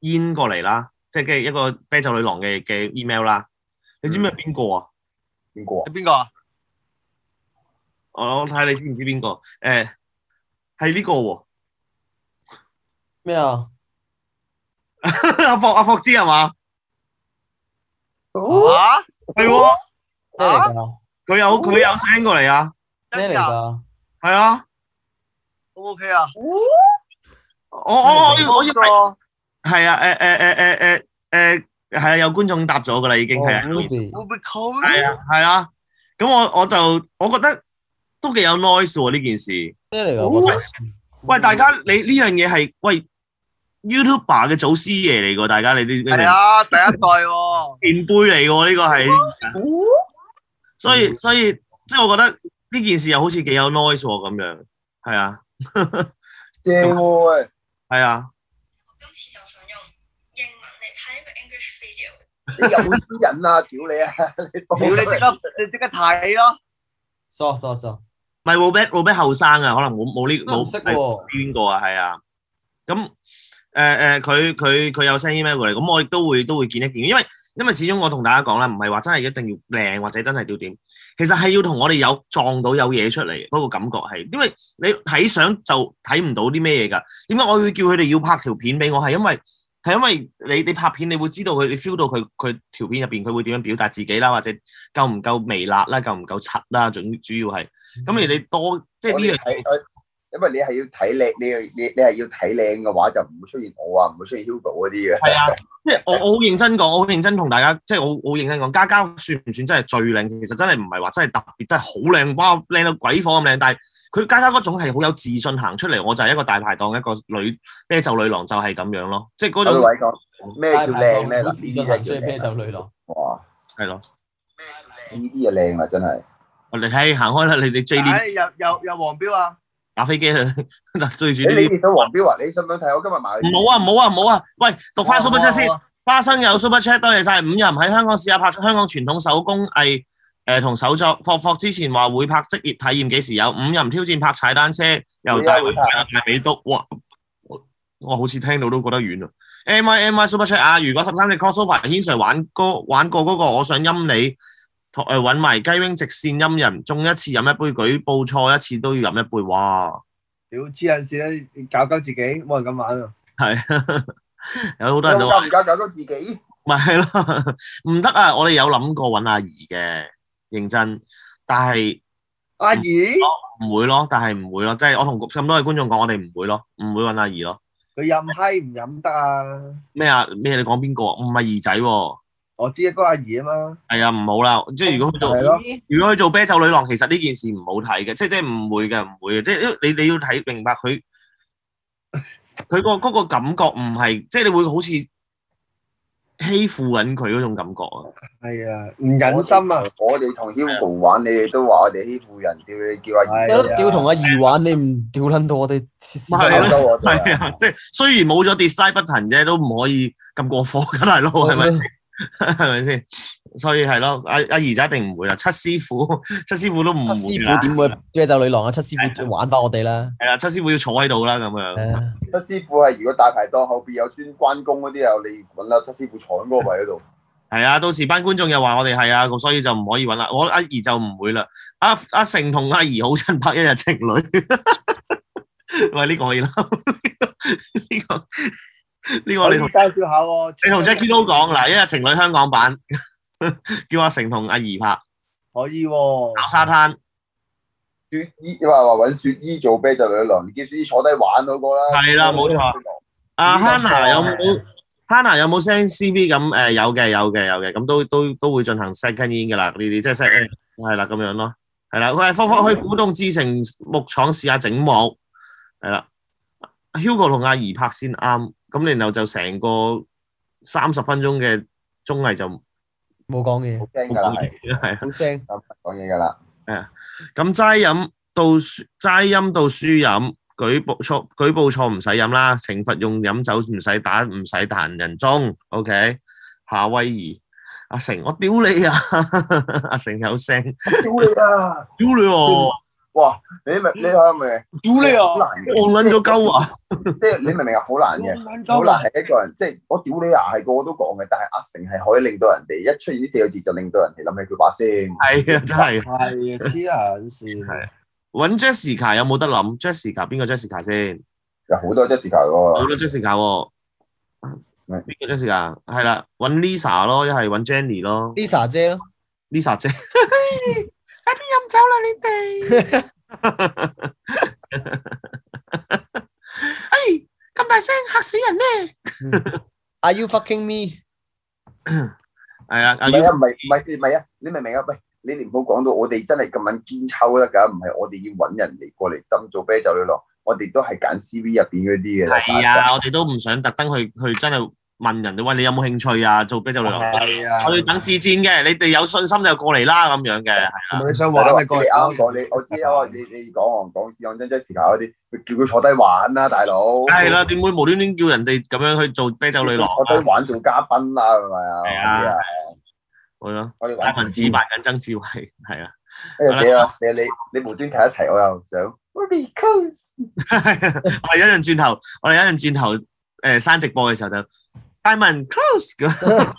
煙過嚟啦，即係嘅一個啤酒女郎嘅嘅 email 啦。你知唔知係邊個啊？邊個啊？係邊個啊？我我睇下你知唔知邊個？誒係呢個喎， 咩啊？阿霍阿霍知係嘛？啊？係喎，咩嚟㗎？佢有佢有 send 過嚟啊，真咩嚟噶㗎？哦係啊。 ？O K 啊？我我我要我要冇錯係啊，誒誒誒誒誒誒，係啊，有觀眾答咗噶啦，已經係啊，係 Will be cool？係啊，係啊。咁我我就我覺得都幾有 noise 喎呢件事。咩嚟㗎？我覺得喂，大家你呢樣嘢係喂 YouTuber 嘅祖師爺嚟㗎，大家你啲你明係啊，第一代喎。前輩嚟㗎喎，呢個係。所以所以即係我覺得呢件事又好似幾有 noise 喎咁樣，係啊正喎喂！係啊，我今次就想用英文嚟拍一個 English video。你有冇私隱啊？屌你啊！ 你屌屌你即刻你即刻睇咯。傻傻傻，唔係 Robert Robert 後生啊，可能冇冇呢都冇唔識喎。邊個啊？係啊，咁誒誒，佢佢佢有 send email 過嚟，咁我亦都會都會見一見，因為因為始終我同大家講啦，唔係話真係一定要靚或者真係要點，其實係要同我哋有撞到有嘢出嚟嗰、個感覺係，因為你睇相就睇唔到啲咩嘢㗎。點解我會叫佢哋要拍條片俾我？係因為係因為你你拍片，你會知道佢，你 feel 到佢佢條片入邊佢會點樣表達自己啦，或者夠唔夠微辣啦，夠唔夠柒啦，總主要係。咁而你多即係我呢樣哋睇，我因為你係要睇靚，你要你你係要睇靚嘅話，就唔會出現我啊，唔會出現 Hugo 嗰啲嘅。係啊，即係我我好認真講，我好認真同大家，即係我我好認真講，家家算唔算真係最靚？其實真係唔係話真係特別，真係好靚，哇靚到鬼火咁靚。但係佢家家嗰種係好有自信行出嚟，我就係一個大排檔一個女啤酒女郎就係咁樣咯，即係嗰我種同你講咩叫靚咧？好嗱，自呢啲信就係行出叫去啤靚。酒女郎。哇！係咯。呢啲就靚啊啦，真係。我哋睇行開啦，你哋 J 啲唉，又又又黃標啊！打飛機去， 嗱對住呢誒你啲。哋想黃標啊？你想唔想睇？我今日買唔好啊，唔好啊，唔好啊！喂，讀哦翻 super chat 先好啊。花生有 super chat，多謝晒五人喺香港試下拍香港傳統手工藝誒同手作。霍霍之前話會拍職業體驗，幾時有？五人挑戰拍踩單車，由大圍會啊會大大美督，哇！我好似聽到都覺得遠啊。M I M I super chat 啊！如果十三隻 crossover 軒 Sir 玩歌玩過嗰、個，我想陰你。誒揾埋雞 wing 直線陰人，中一次飲一杯，舉報錯一次都要飲一杯，哇！屌黐陣線咧，你搞鳩自己，冇人咁玩啊！係有好多人都話夠唔夠搞到自己？ 咪係咯，唔得啊！我哋有諗過揾阿怡嘅，認真，但係阿姨，唔會咯，但係唔會咯，即係我同咁多位觀眾講，我哋唔會咯，唔會揾阿怡咯。佢飲閪唔飲得啊！咩啊？咩？你講邊個啊？唔係怡仔喎，我知啊，嗰個阿姨啊嘛，係啊，唔好啦。即係如果佢做係咯，如果佢做啤酒女郎，其實呢件事唔好睇嘅，即係即係唔會嘅，唔會嘅，即係因為你你要睇明白佢佢個嗰個感覺唔係，即係你會好似欺負緊佢嗰種感覺啊！系啊，唔忍心啊，！我哋同 Hugo 玩，你哋都話我哋欺負人，屌你叫阿係啊二屌同阿二玩，你唔屌撚到我哋黐線係啊鬧鳩我係哋啊啊！，即係雖然冇咗 dislike button 啫，都唔可以咁過火㗎，大佬係咪？ 係咪先？所以係咯，阿阿姨仔一定唔會啦，七師傅， 七師傅都唔七會師啦傅。點會啤酒女郎啊？七師傅玩翻我哋啦，係啦，七師傅要坐喺度啦，咁樣。誒七師傅係如果大排檔後邊有專關公嗰啲啊，你揾啦，七師傅坐喺嗰個位嗰度。係啊，到時班觀眾又話我哋係啊，咁所以就唔可以揾啦。我阿姨就唔會啦。阿阿成同阿姨好親拍一日情侶。 喂，呢個可以啦，呢個呢個你同可以介紹下喎。你同 Jackie 都講嗱，一日情侶香港版， 叫阿成同阿姨拍可以喎，跑沙灘。雪姨話話揾雪姨做啤酒女郎，你叫雪姨坐低玩嗰個啦。係啦冇錯。阿呢個 Hanna 有就冇 Hanna 有冇 send CV 咁？誒有嘅有嘅有嘅，咁都都都會進行 second in 嘅啦。呢啲即係 second 係啦咁樣咯，係啦。佢係方方去古洞之城木廠試下整木，係啦。Hugo 同阿怡拍先啱，咁然後就成個三十分鐘嘅綜藝就冇冇講嘢好，驚㗎啦，嘢 係係好聲。講嘢㗎啦。咁齋飲到輸齋飲到輸飲，舉報錯舉報錯唔使飲啦，懲罰用飲酒唔使打唔使彈人中，OK？夏威夷阿成，我屌你啊！ 阿成有聲，屌你啊！屌你喎、哇，你明你係咪？屌你好啊！難嘅戇撚咗鳩啊！即係你明唔明啊？好難嘅。好難係一個人，即係我屌你牙係個個都講嘅，但係阿成係可以令到人哋一出現呢四個字就令到人哋諗起佢把聲。係啊，真係係啊，黐撚線係揾 Jessica 有冇得諗？Jessica 邊個 Jessica 先？有好多 Jessica 好喎，多 Jessica 喎、係邊個 Jessica？係啦，揾 Lisa 咯，一係揾 Jenny 咯 Lisa 姐咯， ，Lisa 姐，快啲飲酒啦你哋！哎，咁大聲嚇死人咧！ Are you fucking me？係啊，阿唔宇係啊，唔係唔係唔係啊，你明唔明啊？喂，你哋唔好講到我哋真係咁撚堅抽得㗎，唔係我哋要揾人嚟過嚟斟做啤酒女郎，我哋都係揀 CV 入邊嗰啲嘅啦。係啊，我哋都唔想特登去去真係問人哋喂，你有冇興趣啊？做啤酒女郎，係啊我，哋等自薦嘅，你哋有信心就過嚟啦咁樣嘅。同埋你想大玩家，咪你過嚟啱講你，我知啊，你你講我講先講真 Jessica 嗰啲，佢叫佢坐低玩啦，大佬。梗係啦，點會無端端叫人哋咁樣去做啤酒女 郎坐啊？低玩做嘉賓啦，係咪啊？係啊，係咯，我哋玩大文字扮緊曾志偉， 係啊，哎呀死啦！死你你無端提一提，我又想。Because 我哋一陣轉頭，我哋一陣轉頭誒刪直播嘅時候就大文 close 咁。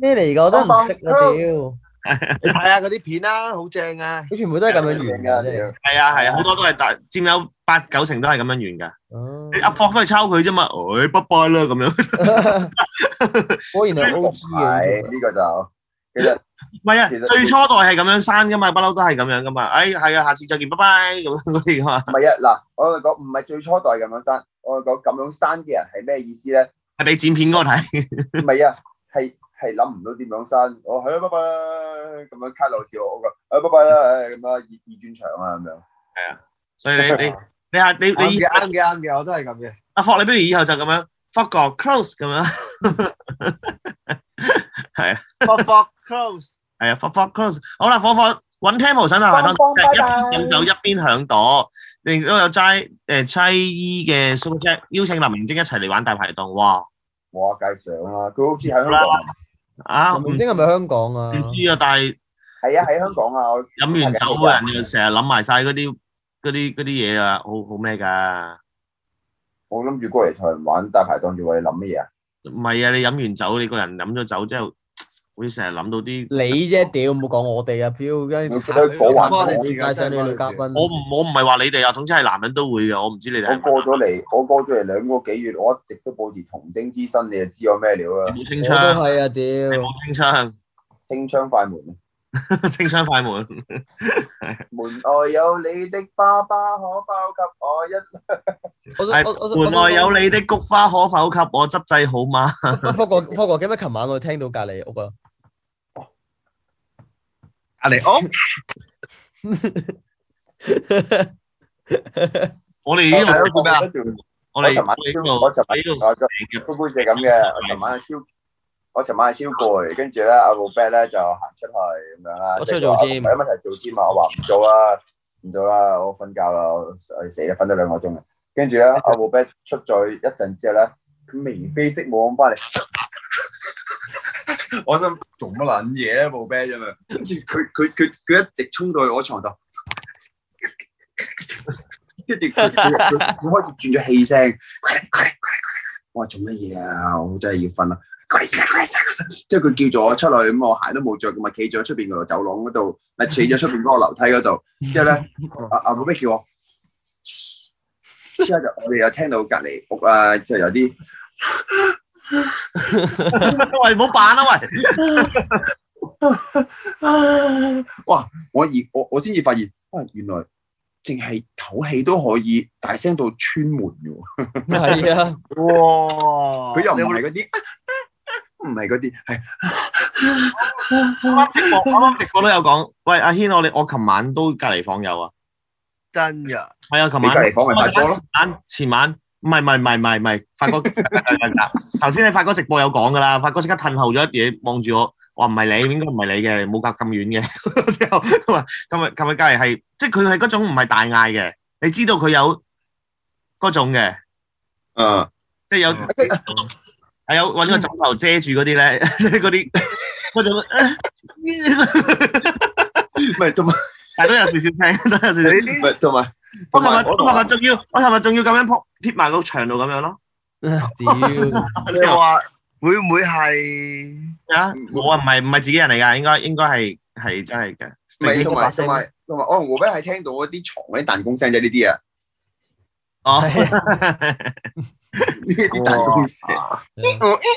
咩嚟噶？我都唔識啊！屌，你睇下嗰啲片啦，好正啊！佢全 Dạ, 部都係咁啊，樣完你嘅啫。係啊係啊，好多都係大佔有八九成都係咁樣完㗎。哦你阿霍都係抄佢啫嘛，誒拜拜啦咁樣。 Ờ. 果然係 O G 係嘅。呢個就其實唔係啊，其實最初代係咁樣刪㗎嘛，不嬲都係咁樣㗎嘛。誒係啊，下次再見，拜拜咁樣嗰 啲㗎嘛，唔係啊嗱，我哋講唔係最初代咁樣生，我哋講咁樣生嘅人係咩意思咧？係俾剪片嗰個睇。 唔係啊，係係諗唔到點樣生，我係啊拜拜啦咁樣 cut 落字我個，啊拜拜啦唉咁啊二二轉場啊咁樣。所以你你你下你啱你嘅，啱嘅，啱嘅，我都係咁嘅。阿霍，你不如以後就咁樣霍個 close 咁樣， Fuck fuck close，係啊，霍霍 close。好啦，火火揾 Temple 想下埋單，幫幫一拜拜邊飲酒一邊響朵。另都有齋誒齋姨嘅 super chat 邀請林明晶一齊嚟玩大排檔，哇！我介紹啦，佢好似喺香港啊，啊，唔林明晶係咪香港啊？唔知啊，但係。係啊喺香港啊，我飲完酒 dạ. 嘅人又成日諗埋晒嗰啲嗰啲嗰啲嘢啊，好好咩㗎？我諗住過嚟同人玩大排檔，要為你諗乜嘢啊？唔係啊，你飲完酒，你個人飲咗酒之後，會成日諗到啲你啫，屌唔好講我哋啊！屌，跟住我覺得火環帶上你女嘉賓，我唔我唔係話你哋啊，總之係男人都會嘅，我唔知你哋係我咪過咗嚟，我過咗嚟兩個幾月，我一直都保持童貞之身，你就知我咩料你啦。冇清我都槍，係啊！你屌，冇清 槍，清槍快門，清槍快門，門外有你的爸爸，可否給我一？我想我我係門外有你的菊花可否給我執製好嗎？科國科國，記唔記得琴晚我聽到隔離屋啊？隔離屋我 Ờ, 哋呢度咩我哋啊我尋晚我哋呢度我尋晚我哋呢度我個杯就係咁嘅，我尋晚阿蕭我尋晚阿超過嚟，跟住咧阿 Robert 咧就行出去咁樣啦。我出去即係話做 gym 有問題做 gym 啊，我話唔做啦，唔做啦，我瞓覺啦，我死啦，瞓咗兩個鐘啦。啊跟住咧，阿 Robert 出咗去一陣之後咧，佢眉飛色舞咁翻嚟。 我心做乜撚嘢咧？部 b 啫嘛，跟住佢佢佢佢一直衝到去我床度， 跟住佢佢佢佢開始轉咗氣聲，快嚟快嚟快嚟快嚟！我話做乜嘢啊？我真係要瞓啦！過嚟先啊，過嚟先啊，過嚟先啊即係佢叫咗我出去，咁我鞋都冇着，咁咪企咗喺出邊嗰度走廊嗰度，咪企咗出邊嗰個樓梯嗰度。之後咧，阿阿寶貝叫我，之後就我哋又聽到隔離屋啊，之後有啲 喂，唔好扮啦，喂，啊，哇！我而我我先至發現，啊原來淨係唞氣都可以大聲到穿門嘅喎。 系啊，哇！佢又唔哦你有冇係嗰啲，唔係嗰啲，係啱啱直播，啱啱直播都有講。喂，阿軒，我哋我琴晚都隔離房有啊，真㗎？係啊，琴你晚隔。離房咪發哥咯。晚前晚唔係唔係唔係唔係唔係，發 哥頭先你發哥直播有講噶啦，發哥即刻褪後咗一嘢望住我，我話唔係你，應該唔係你嘅， 冇隔咁遠嘅。之後佢話琴日琴日隔離係，即係佢係嗰種唔係大嗌嘅，你知道佢有嗰種嘅，嗯，即係有係有揾個枕頭遮住嗰啲咧，即係嗰 啲嗰種，唔係同埋但係都有少少聲，都有少你少。唔啲係同埋我琴日同埋我同我琴日仲要我琴日仲要咁樣撲貼埋個牆度咁樣咯。屌，你話會唔會係啊，我啊唔係唔係自己人嚟㗎，應該應該係係真係嘅。唔係你同嗰把埋聲同埋同埋，我同胡斌係聽到嗰啲床嗰啲彈弓聲啫，呢啲啊，哦， 呢啲彈弓聲，哦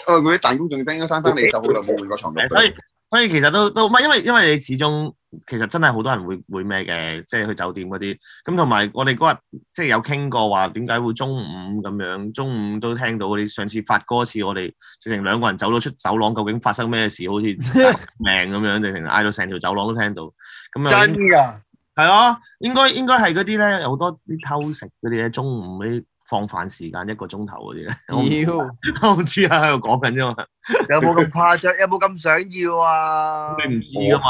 哦嗰啲彈弓仲聲，生生你手好耐冇換過床褥。所以所以其實都都唔係，因為因為你始終其實真係好多人會會咩嘅，即係去酒店嗰啲。咁同埋我哋嗰日即係有傾過話點解會中午咁樣，中午都聽到嗰啲。上次發歌次我哋直情兩個人走咗出走廊，究竟發生咩事？好似 命咁樣，直情嗌到成條走廊都聽到。咁又真㗎？係啊，應該應該係嗰啲咧，有好多啲偷食嗰啲咧，中午嗰啲放飯時間一個鐘頭嗰啲咧，我唔屌，我唔知啊，喺度講緊啫嘛，有冇咁誇張？有冇咁想要啊？你唔知噶嘛，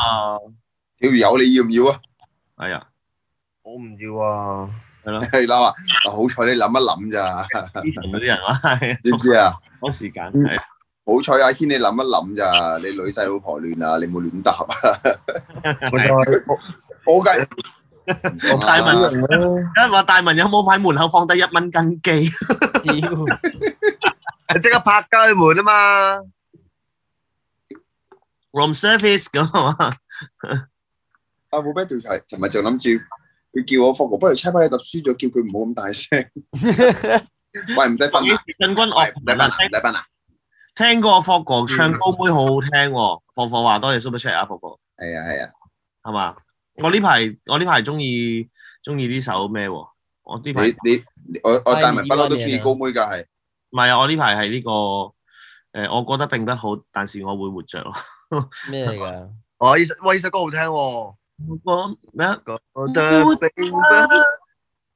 屌有你要唔要啊？ 係啊，我唔要啊！係啦，嗱好彩你諗一諗咋，以前嗰啲人啊，係啊知嗯唔知啊？ 趕時間，係啊好彩阿軒你諗一諗咋，你女細老婆亂啊，你冇亂答啊。我就係我梗我大文啊，有人話大文有冇喺門口放低一蚊斤機？屌， 即刻拍街門啊嘛！ room service 咁係 嘛？阿胡斌條係尋日就諗住佢叫我放學，不如差翻你揼輸咗，叫佢唔好咁大 聲。喂，唔使瞓啦，進軍喂樂唔使嗯瞓啦，唔使瞓啦。聽過霍哥唱高妹好好聽喎，霍霍話多謝 super chat 啊，霍哥。係啊係啊，係嘛？我呢排我呢排中意中意呢首咩喎？我呢排你你你我我大文不嬲都中意高妹㗎，係唔係啊！我呢排係呢個诶、呃我覺得並不好，但是我會活着咯。咩嚟噶？哦，呢首喂呢首歌好聽喎。我咩啊我的 baby，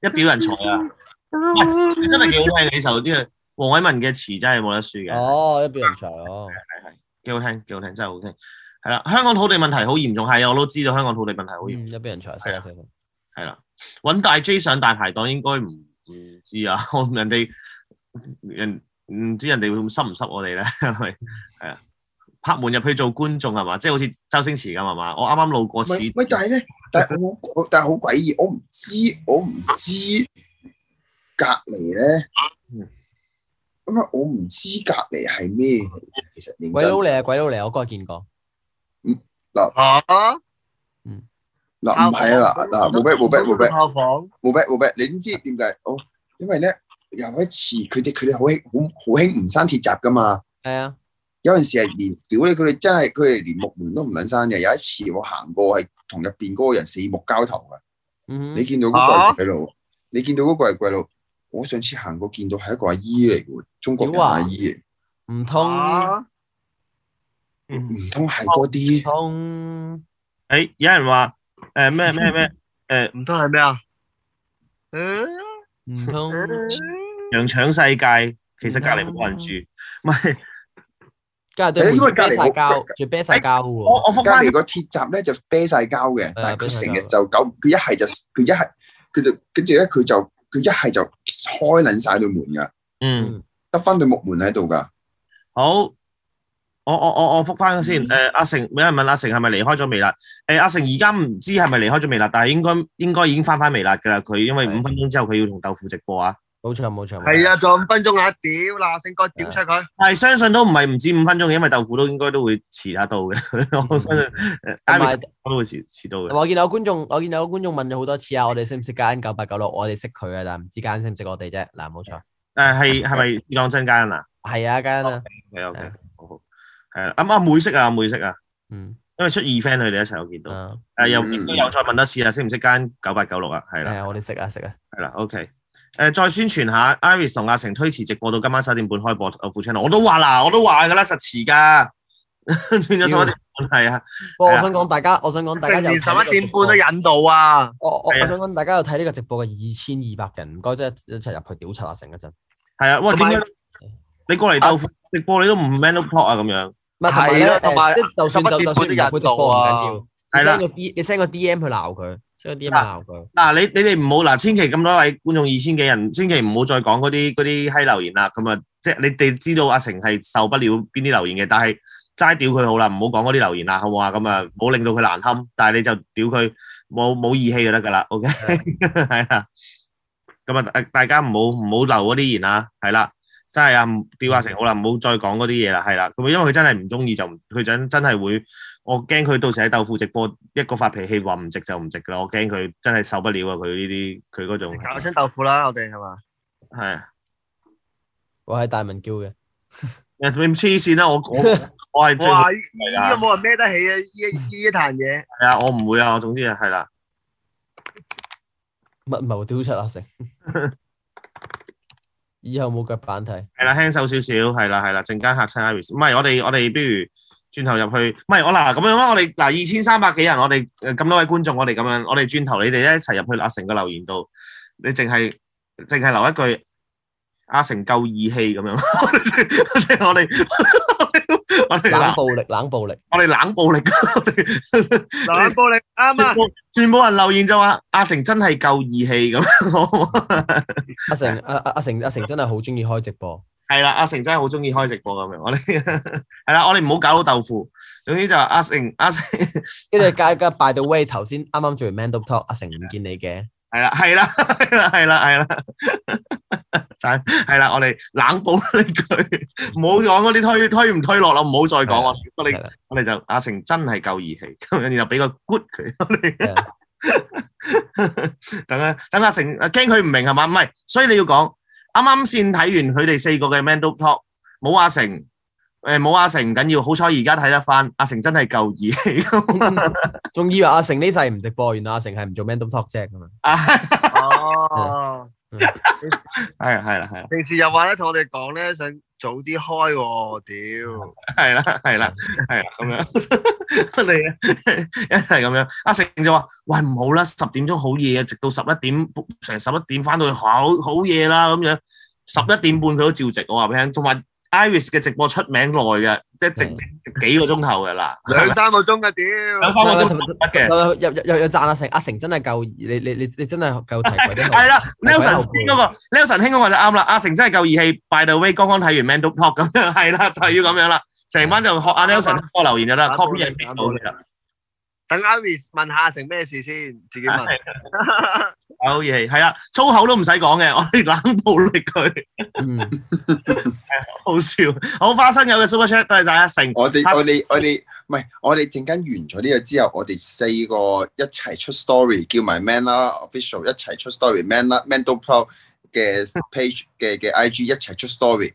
一表人才啊！喂真係幾好聽呢首，呢個黃偉文嘅詞真係冇得輸嘅，哦，一邊人才哦，幾好聽，幾好聽，真係好聽。係啦，香港土地問題好嚴重，係啊，我都知道香港土地問題好嚴重，嗯一邊人才，識啊識啊係啦、揾大 J 上大排檔應該唔唔知啊， 我人哋人唔知人哋會咁濕唔濕我哋咧，係咪？係啊，拍門入去做觀眾係嘛？即係好似周星馳咁係嘛？我啱啱路過市，喂喂，但係咧，但係我我但係好詭異，我唔知我唔知隔離咧嗯，咁啊我唔知隔離係咩嚟嘅，其實認鬼佬真嚟啊，鬼佬嚟啊，我嗰日見過，啊，嗱唔係啊嗱嗱冇咩冇咩冇咩炮房，冇咩冇咩，你知唔知點解？我因為咧有一次佢哋佢哋好興好好興唔閂鐵閘噶嘛。係啊，有陣時係連屌你，佢哋真係佢哋連木門都唔撚閂嘅。有一次我行過係同入邊嗰個人四目交投嘅，嗯你見到嗰個係鬼佬，你見到嗰個係鬼佬。我上次行過見到係一個阿姨嚟嘅喎，中國人屌啊阿姨嚟，哼，唔通啊嗯唔通係嗰哦啲通诶、哎有人話诶咩咩咩诶唔通係咩啊？嗯唔通嗯羊腸世界，其實隔離冇人住，唔係家下都因為隔要離啤晒我膠，仲要啤晒膠我喎。我覆隔翻離個鐵閘咧就啤晒膠嘅，但係啤晒佢成日膠就搞，佢一係就佢一係佢就跟住咧佢就佢一係就開撚晒對門噶，嗯得翻對木門喺度噶。好，我我我我覆翻嗯先。誒阿成，有人問阿成係咪離開咗微辣？誒阿成而家唔知係咪離開咗微辣，但係應該應該已經翻翻微辣㗎啦。佢因為係五分鐘之後佢要同豆腐直播啊，冇錯冇錯。冇錯係啊，仲有五分鐘啊！屌嗱，醒哥屌出佢，但係相信都唔係唔止五分鐘嘅，因為豆腐都應該都會遲下到嘅。 我相信誒嗯同埋 Iris 都會遲遲到嘅。我見有觀眾，我見有觀眾問咗好多次啊，我哋識唔識間九八九六？我哋識佢啊，但係唔知間識唔識我哋啫。嗱，冇錯，誒呃係係咪講真間啊係啊，間啊， ？OK OK，係好好。係啊，咁啊妹色啊妹色啊，嗯因為出二 friend 佢哋一齊我見到。啊，誒又嗯亦都有再問多次啊，識唔識間九八九六啊？係係啦。啊，我哋識啊，識啊，系啦，OK。诶、再宣傳下，Iris 同阿成推遲直播到今晚十點半開播豆腐 channel。我都話啦，我都話噶啦，實遲 噶，轉咗十一點半，係啊，不係過我啊想講大家，我想講大家成有年睇十呢一個點直播半都引導啊！我我係啊我想講大家有睇呢個直播嘅二千二百人，唔該，即係一齊入去屌柒阿成嗰陣。係啊。喂，同點埋解你過嚟豆腐直播你都唔 man up talk 啊？咁樣唔係係啊同同埋埋咧誒即係就算11就點就算唔入去直播唔緊要，係你啦 send 個 D，你 send 個 DM 去鬧佢，send 個 DM 去鬧佢。嗱，你你哋唔好嗱，千祈咁多位觀眾二千幾人，千祈唔好再講嗰啲嗰啲閪留言啦。咁啊，即係你哋知道阿成係受不了邊啲留言嘅，但係齋屌佢好啦，唔好講嗰啲留言啦，好唔好啊？咁啊，唔好令到佢難堪，但係你就屌佢冇冇義氣就得㗎啦，OK？係啊，咁啊，大大家唔好唔好留嗰啲言啊，係啦，真係啊，唔屌阿成好啦，唔好再講嗰啲嘢啦，係啦，咁因為佢真係唔中意就唔佢真真係會，我驚佢到時喺豆腐直播一個發脾氣話唔值就唔值㗎啦，我驚佢真係受不了啊！佢呢啲佢嗰種搞清豆腐啦，我哋係嘛？係我係大文叫嘅，你唔黐線啦，我我我係最 哇！依依家冇人孭得起啊！依依一壇嘢，係啊，我唔會啊，我總之係啦，密謀屌柒阿成。以後冇腳板睇，係啦，輕手少少，係啦，係啦，陣間嚇親 Iris，唔係我哋我哋不如轉頭入去，唔係我嗱咁樣啦，我哋嗱二千三百幾人，我哋誒咁多位觀眾，我哋咁樣，我哋轉頭你哋一齊入去阿成個留言度，你淨係淨係留一句阿成夠義氣咁樣， 即係我哋 我哋冷嗱暴力，冷暴力。我哋冷暴力，我哋嗱，玻璃啱啊！ 全部人留言就話阿成真係夠義氣咁， 好唔好阿成，阿阿阿成，阿成真係好中意開直播。係啦，阿成真係好中意開直播咁樣，我哋 係啦，我哋唔好搞到豆腐。總之就話阿成，阿成跟住加加 by the way，頭先啱啱做完 man up talk，阿成唔見你嘅，係啦，係 啦，係啦，係啦，係啦，就係係啦，我哋冷暴 呢句，唔好講嗰啲推推唔推落啦，唔好再講啦。我係哋啦我哋就阿成真係夠義氣， 咁然後俾個 good 佢，我係哋等啊等阿成，驚佢唔明係嘛？唔係，所以你要講啱啱先睇完佢哋四個嘅 man talk，冇阿成，誒冇阿成唔緊要，好彩而家睇得翻，阿成真係夠義 氣。 仲以為阿成呢世唔直播，原來阿成係唔做 man up talk 啫咁樣。啊， 哦，係係啦係啦平時又話咧，同我哋講咧，想早啲開喎，屌！係啦係啦係啦咁樣，我哋 一係咁樣。阿成就話：喂唔好啦，十點鐘好夜啊，直到十一點成十一點翻到去好好夜啦咁樣。十一點半佢都照直，我話俾你聽。同埋 Iris 嘅直播出名耐嘅，即係直嗯直幾個鐘頭嘅啦， 兩三個鐘嘅兩三屌，個鐘頭得嘅。有有有有有讚阿成，阿成真係夠，你你你你真係夠提攜 啲。係啦係，Nelson 兄後輩嗰個 Nelson 兄嗰個就啱啦。阿成真係夠義氣，by the way，剛剛睇完 Man Talk 咁 樣，係啦，就係要咁樣啦。成班就學阿 à, Nelson 嗰個留言就得打，copy 冇人力 p 打到冇嘅力啦。等 Iris 問下成咩事先，自 己問。 好義氣，係啦，粗口都唔使講嘅，我 哋冷暴力佢，嗯，好笑。好花生友嘅 super chat，多謝晒阿 成。我哋啊我哋我哋唔係，我哋陣間完咗呢個之後，我哋四個一齊出 story，叫埋 Man 啦 official 一齊出 story，Man 啦 Man Do Pro 嘅 page 嘅嘅 IG 一齊出 story，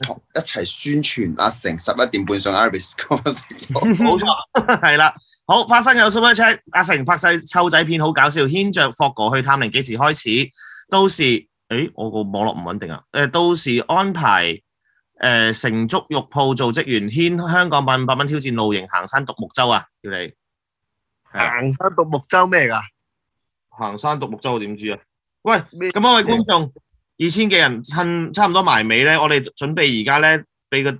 同一齊宣傳阿成十一點半上 Iris 嗰個直 播冇錯，係啦。好，花生有 super chat，阿成拍晒湊仔片好搞笑，牽着霍哥去探靈幾時開始？到時，誒我個網絡唔穩定啊。誒、到時安排誒、成竹肉鋪做職員，牽香港八五百蚊挑戰露營行山獨木舟啊！叫你行山獨木舟咩㗎？行山獨木舟，我點知啊？喂，咩咁多位觀眾，二千幾人，趁差唔多埋尾咧，我哋準備而家咧俾個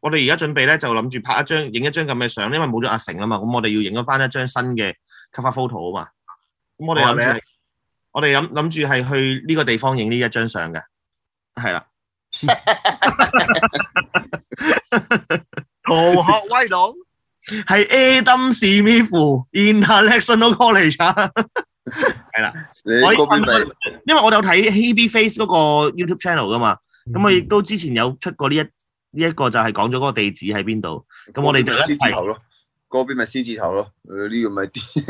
我哋而家準備咧就諗住拍一張影一張咁嘅相，因為冇咗阿成啊嘛，咁我哋要影咗翻一張新嘅 cover photo 啊嘛。咁我哋諗住好啊係，我哋諗諗住係去呢個地方影呢一張相嘅，係啦。逃學威龍， 係 Adam s m i t International College 啊， 你我嗰邊咪因為我有睇 Hebe Face 嗰個 YouTube channel 噶嘛，咁我亦嗯都之前有出過呢一呢一個就係講咗嗰個地址喺邊度，咁我哋就嗰邊咪一獅齊字。頭咯，嗰邊咪獅字頭咯，誒呢個咪啲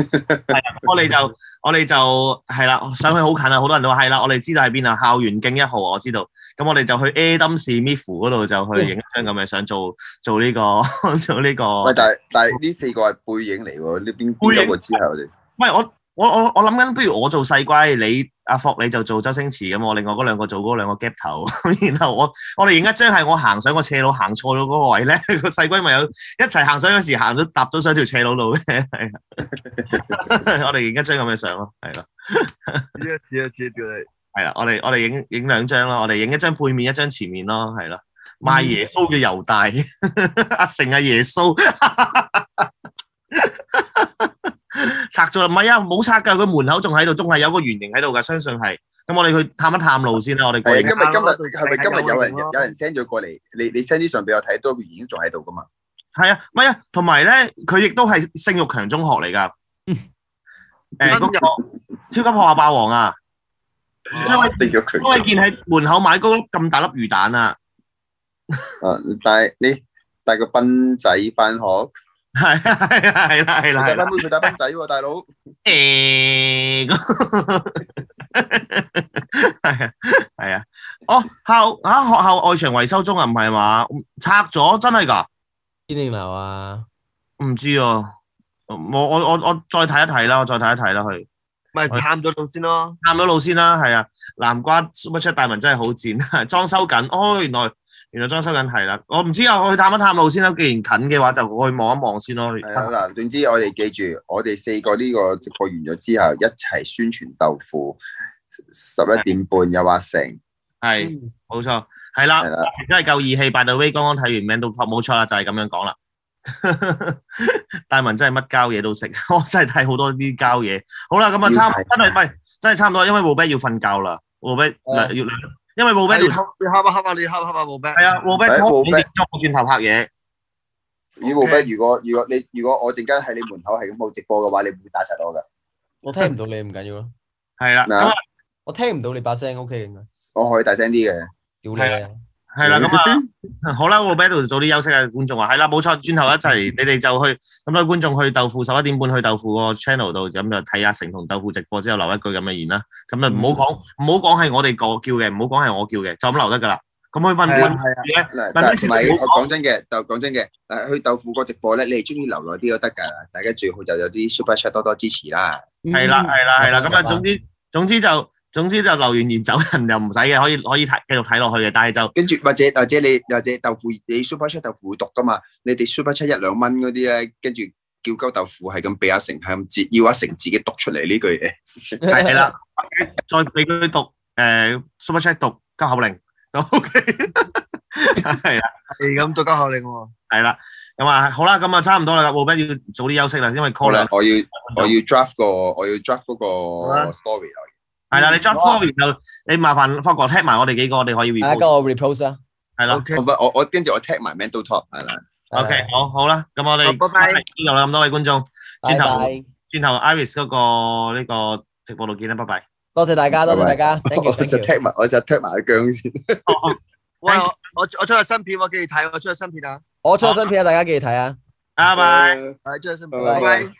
我哋就我哋就系啦，上去好近啊，好多人都話係啦，我哋知道喺邊啊，校園徑一號我知道，咁我哋就去 Adam s m i t 嗰度就去影一張咁嘅相，做做呢、個 做呢、個。喂，但係但係呢四個係背影嚟喎，呢邊哦背邊影有個之後我哋唔係我我我我諗緊，不如我做細龜，你阿霍你就做周星馳咁，我另外嗰兩個做嗰兩個 gap 頭， 然後我我哋影一張係我行上個斜路行錯咗嗰個位咧， 個細龜咪有一齊行上嗰時行咗搭咗上條斜路度嘅，係啊 我哋影一張咁嘅相咯，係啊咯，知啊知啊知啊，屌你！係啦，我哋我哋影影兩張咯，我哋影一張背面，一張前面咯，係啦，賣耶穌嘅猶大， 阿成阿耶穌。 拆咗啦，唔係啊，冇拆㗎，佢門口仲喺度，仲係有個圓形喺度㗎，相信係。咁我哋去探一探路先啊啦，我哋過係啊去今日今日係咪今日有人係啊有人 send 咗過嚟？你你 send 啲相俾我睇，都已經仲喺度噶嘛？係啊，唔係啊，同埋咧，佢亦都係聖育強中學嚟 㗎。誒嗰個超級學校霸王啊，張一定要佢張衛健喺門口買嗰粒咁大粒魚蛋啊，啊！但係你帶個賓仔翻學，係啊係啊係啦係啦係帶啦賓，妹佢帶賓仔喎，大佬。誒 嗰係啊係啊，哦校啊學校外牆維修中啊，唔係嘛？拆咗真係㗎。堅定流啊，唔知啊，我我我我再睇一睇啦，我再睇一睇啦，去咪探咗路先咯，探咗路先啦，係啊，南瓜 à. Super Chat 大文真係好賤， 裝修緊，哦，原來原來裝修緊係啦，我唔知啊，我去探一探路先啦，既然近嘅話就去望一望先咯，係啊，嗱，總之我哋記住，我哋四個呢個直播完咗之後，一齊宣傳豆腐。十一點半有阿成，係嗯冇錯，係啦係啦，真係夠義氣，by the way，剛剛睇完 Man Top，冇錯啦，就係咁樣講啦。 大文真係乜膠嘢都食， 我真係睇好多呢啲膠嘢。好啦，咁啊，要差唔睇真係唔係真係差唔多，因為 r o b e 要瞓覺啦 r o b e 啊要因為 r o b 哎你 e 你黑啊黑啊，你黑啊黑啊冇咩？系啊，我俾係拖我你俾我轉頭拍嘢，如果咩？如果如果你如果我陣間喺你門口係咁冇直播嘅話，你唔會打柒我噶。我聽唔到你唔緊要咯，係啦，咁嗱啊，我聽唔到你把聲 OK 嘅應該，我可以大聲啲嘅。屌你啊！係啦，咁啊， 好啦，我俾度早啲休息啊，觀眾啊，係啦，冇錯，轉頭一 齊，你哋就去咁多觀眾去豆腐十一點半去豆腐個 channel 度，咁就睇阿成同豆腐直播之後留一句咁嘅言啦，咁就唔好講，唔好講係我哋個叫嘅，唔好講係我叫嘅，就咁留得噶啦，咁去問係啊問係啊住咧，嗱，但但係唔係你我冇講講真嘅，就講真嘅，嗱，去豆腐個直播咧，你哋中意留耐啲都得㗎，大家最好就有啲 super chat 多多支持啦。係啦，係啦，係啦，咁啊，嗯總之總之就總之就留完言走人又唔使嘅，可以可以睇繼續睇落去嘅，但係 就。跟住或者或者你或者豆腐你 super chat 豆腐會讀㗎嘛，你哋 super chat 一兩蚊嗰啲咧，跟住叫鳩豆腐係咁俾阿成，係咁接要阿成自己讀出嚟呢句嘢。系啦，再俾佢讀诶 super chat 讀急口令 都 OK，係啦係咁做交口令喎，係啦，咁啊好啦，咁啊差唔多啦，冇必要早啲休息啦，因為 call 好兩啦，我要我要要 draft 個我要 draft 嗰好個啊 story 落嚟係啦，你 drop sorry 就你麻煩發哥 tag 埋我哋幾個，我哋可以大家 report 我 repost 啊係啦 OK 我我我跟住我 tag 埋 mental top 係啦。 ，OK 好好啦，咁我哋好拜拜呢度啦，咁多位觀眾，拜轉頭拜，轉頭 Iris 嗰個呢個直播度見啦，拜拜。多謝大家，多謝大家我，thank you 就 thank you， tag 埋我就 tag 埋阿姜先。喂我我我出咗新片，我記住睇，我出咗新片啊，À, 我出咗新片啊，大家記住睇啊。拜拜。係出咗新拜片，拜。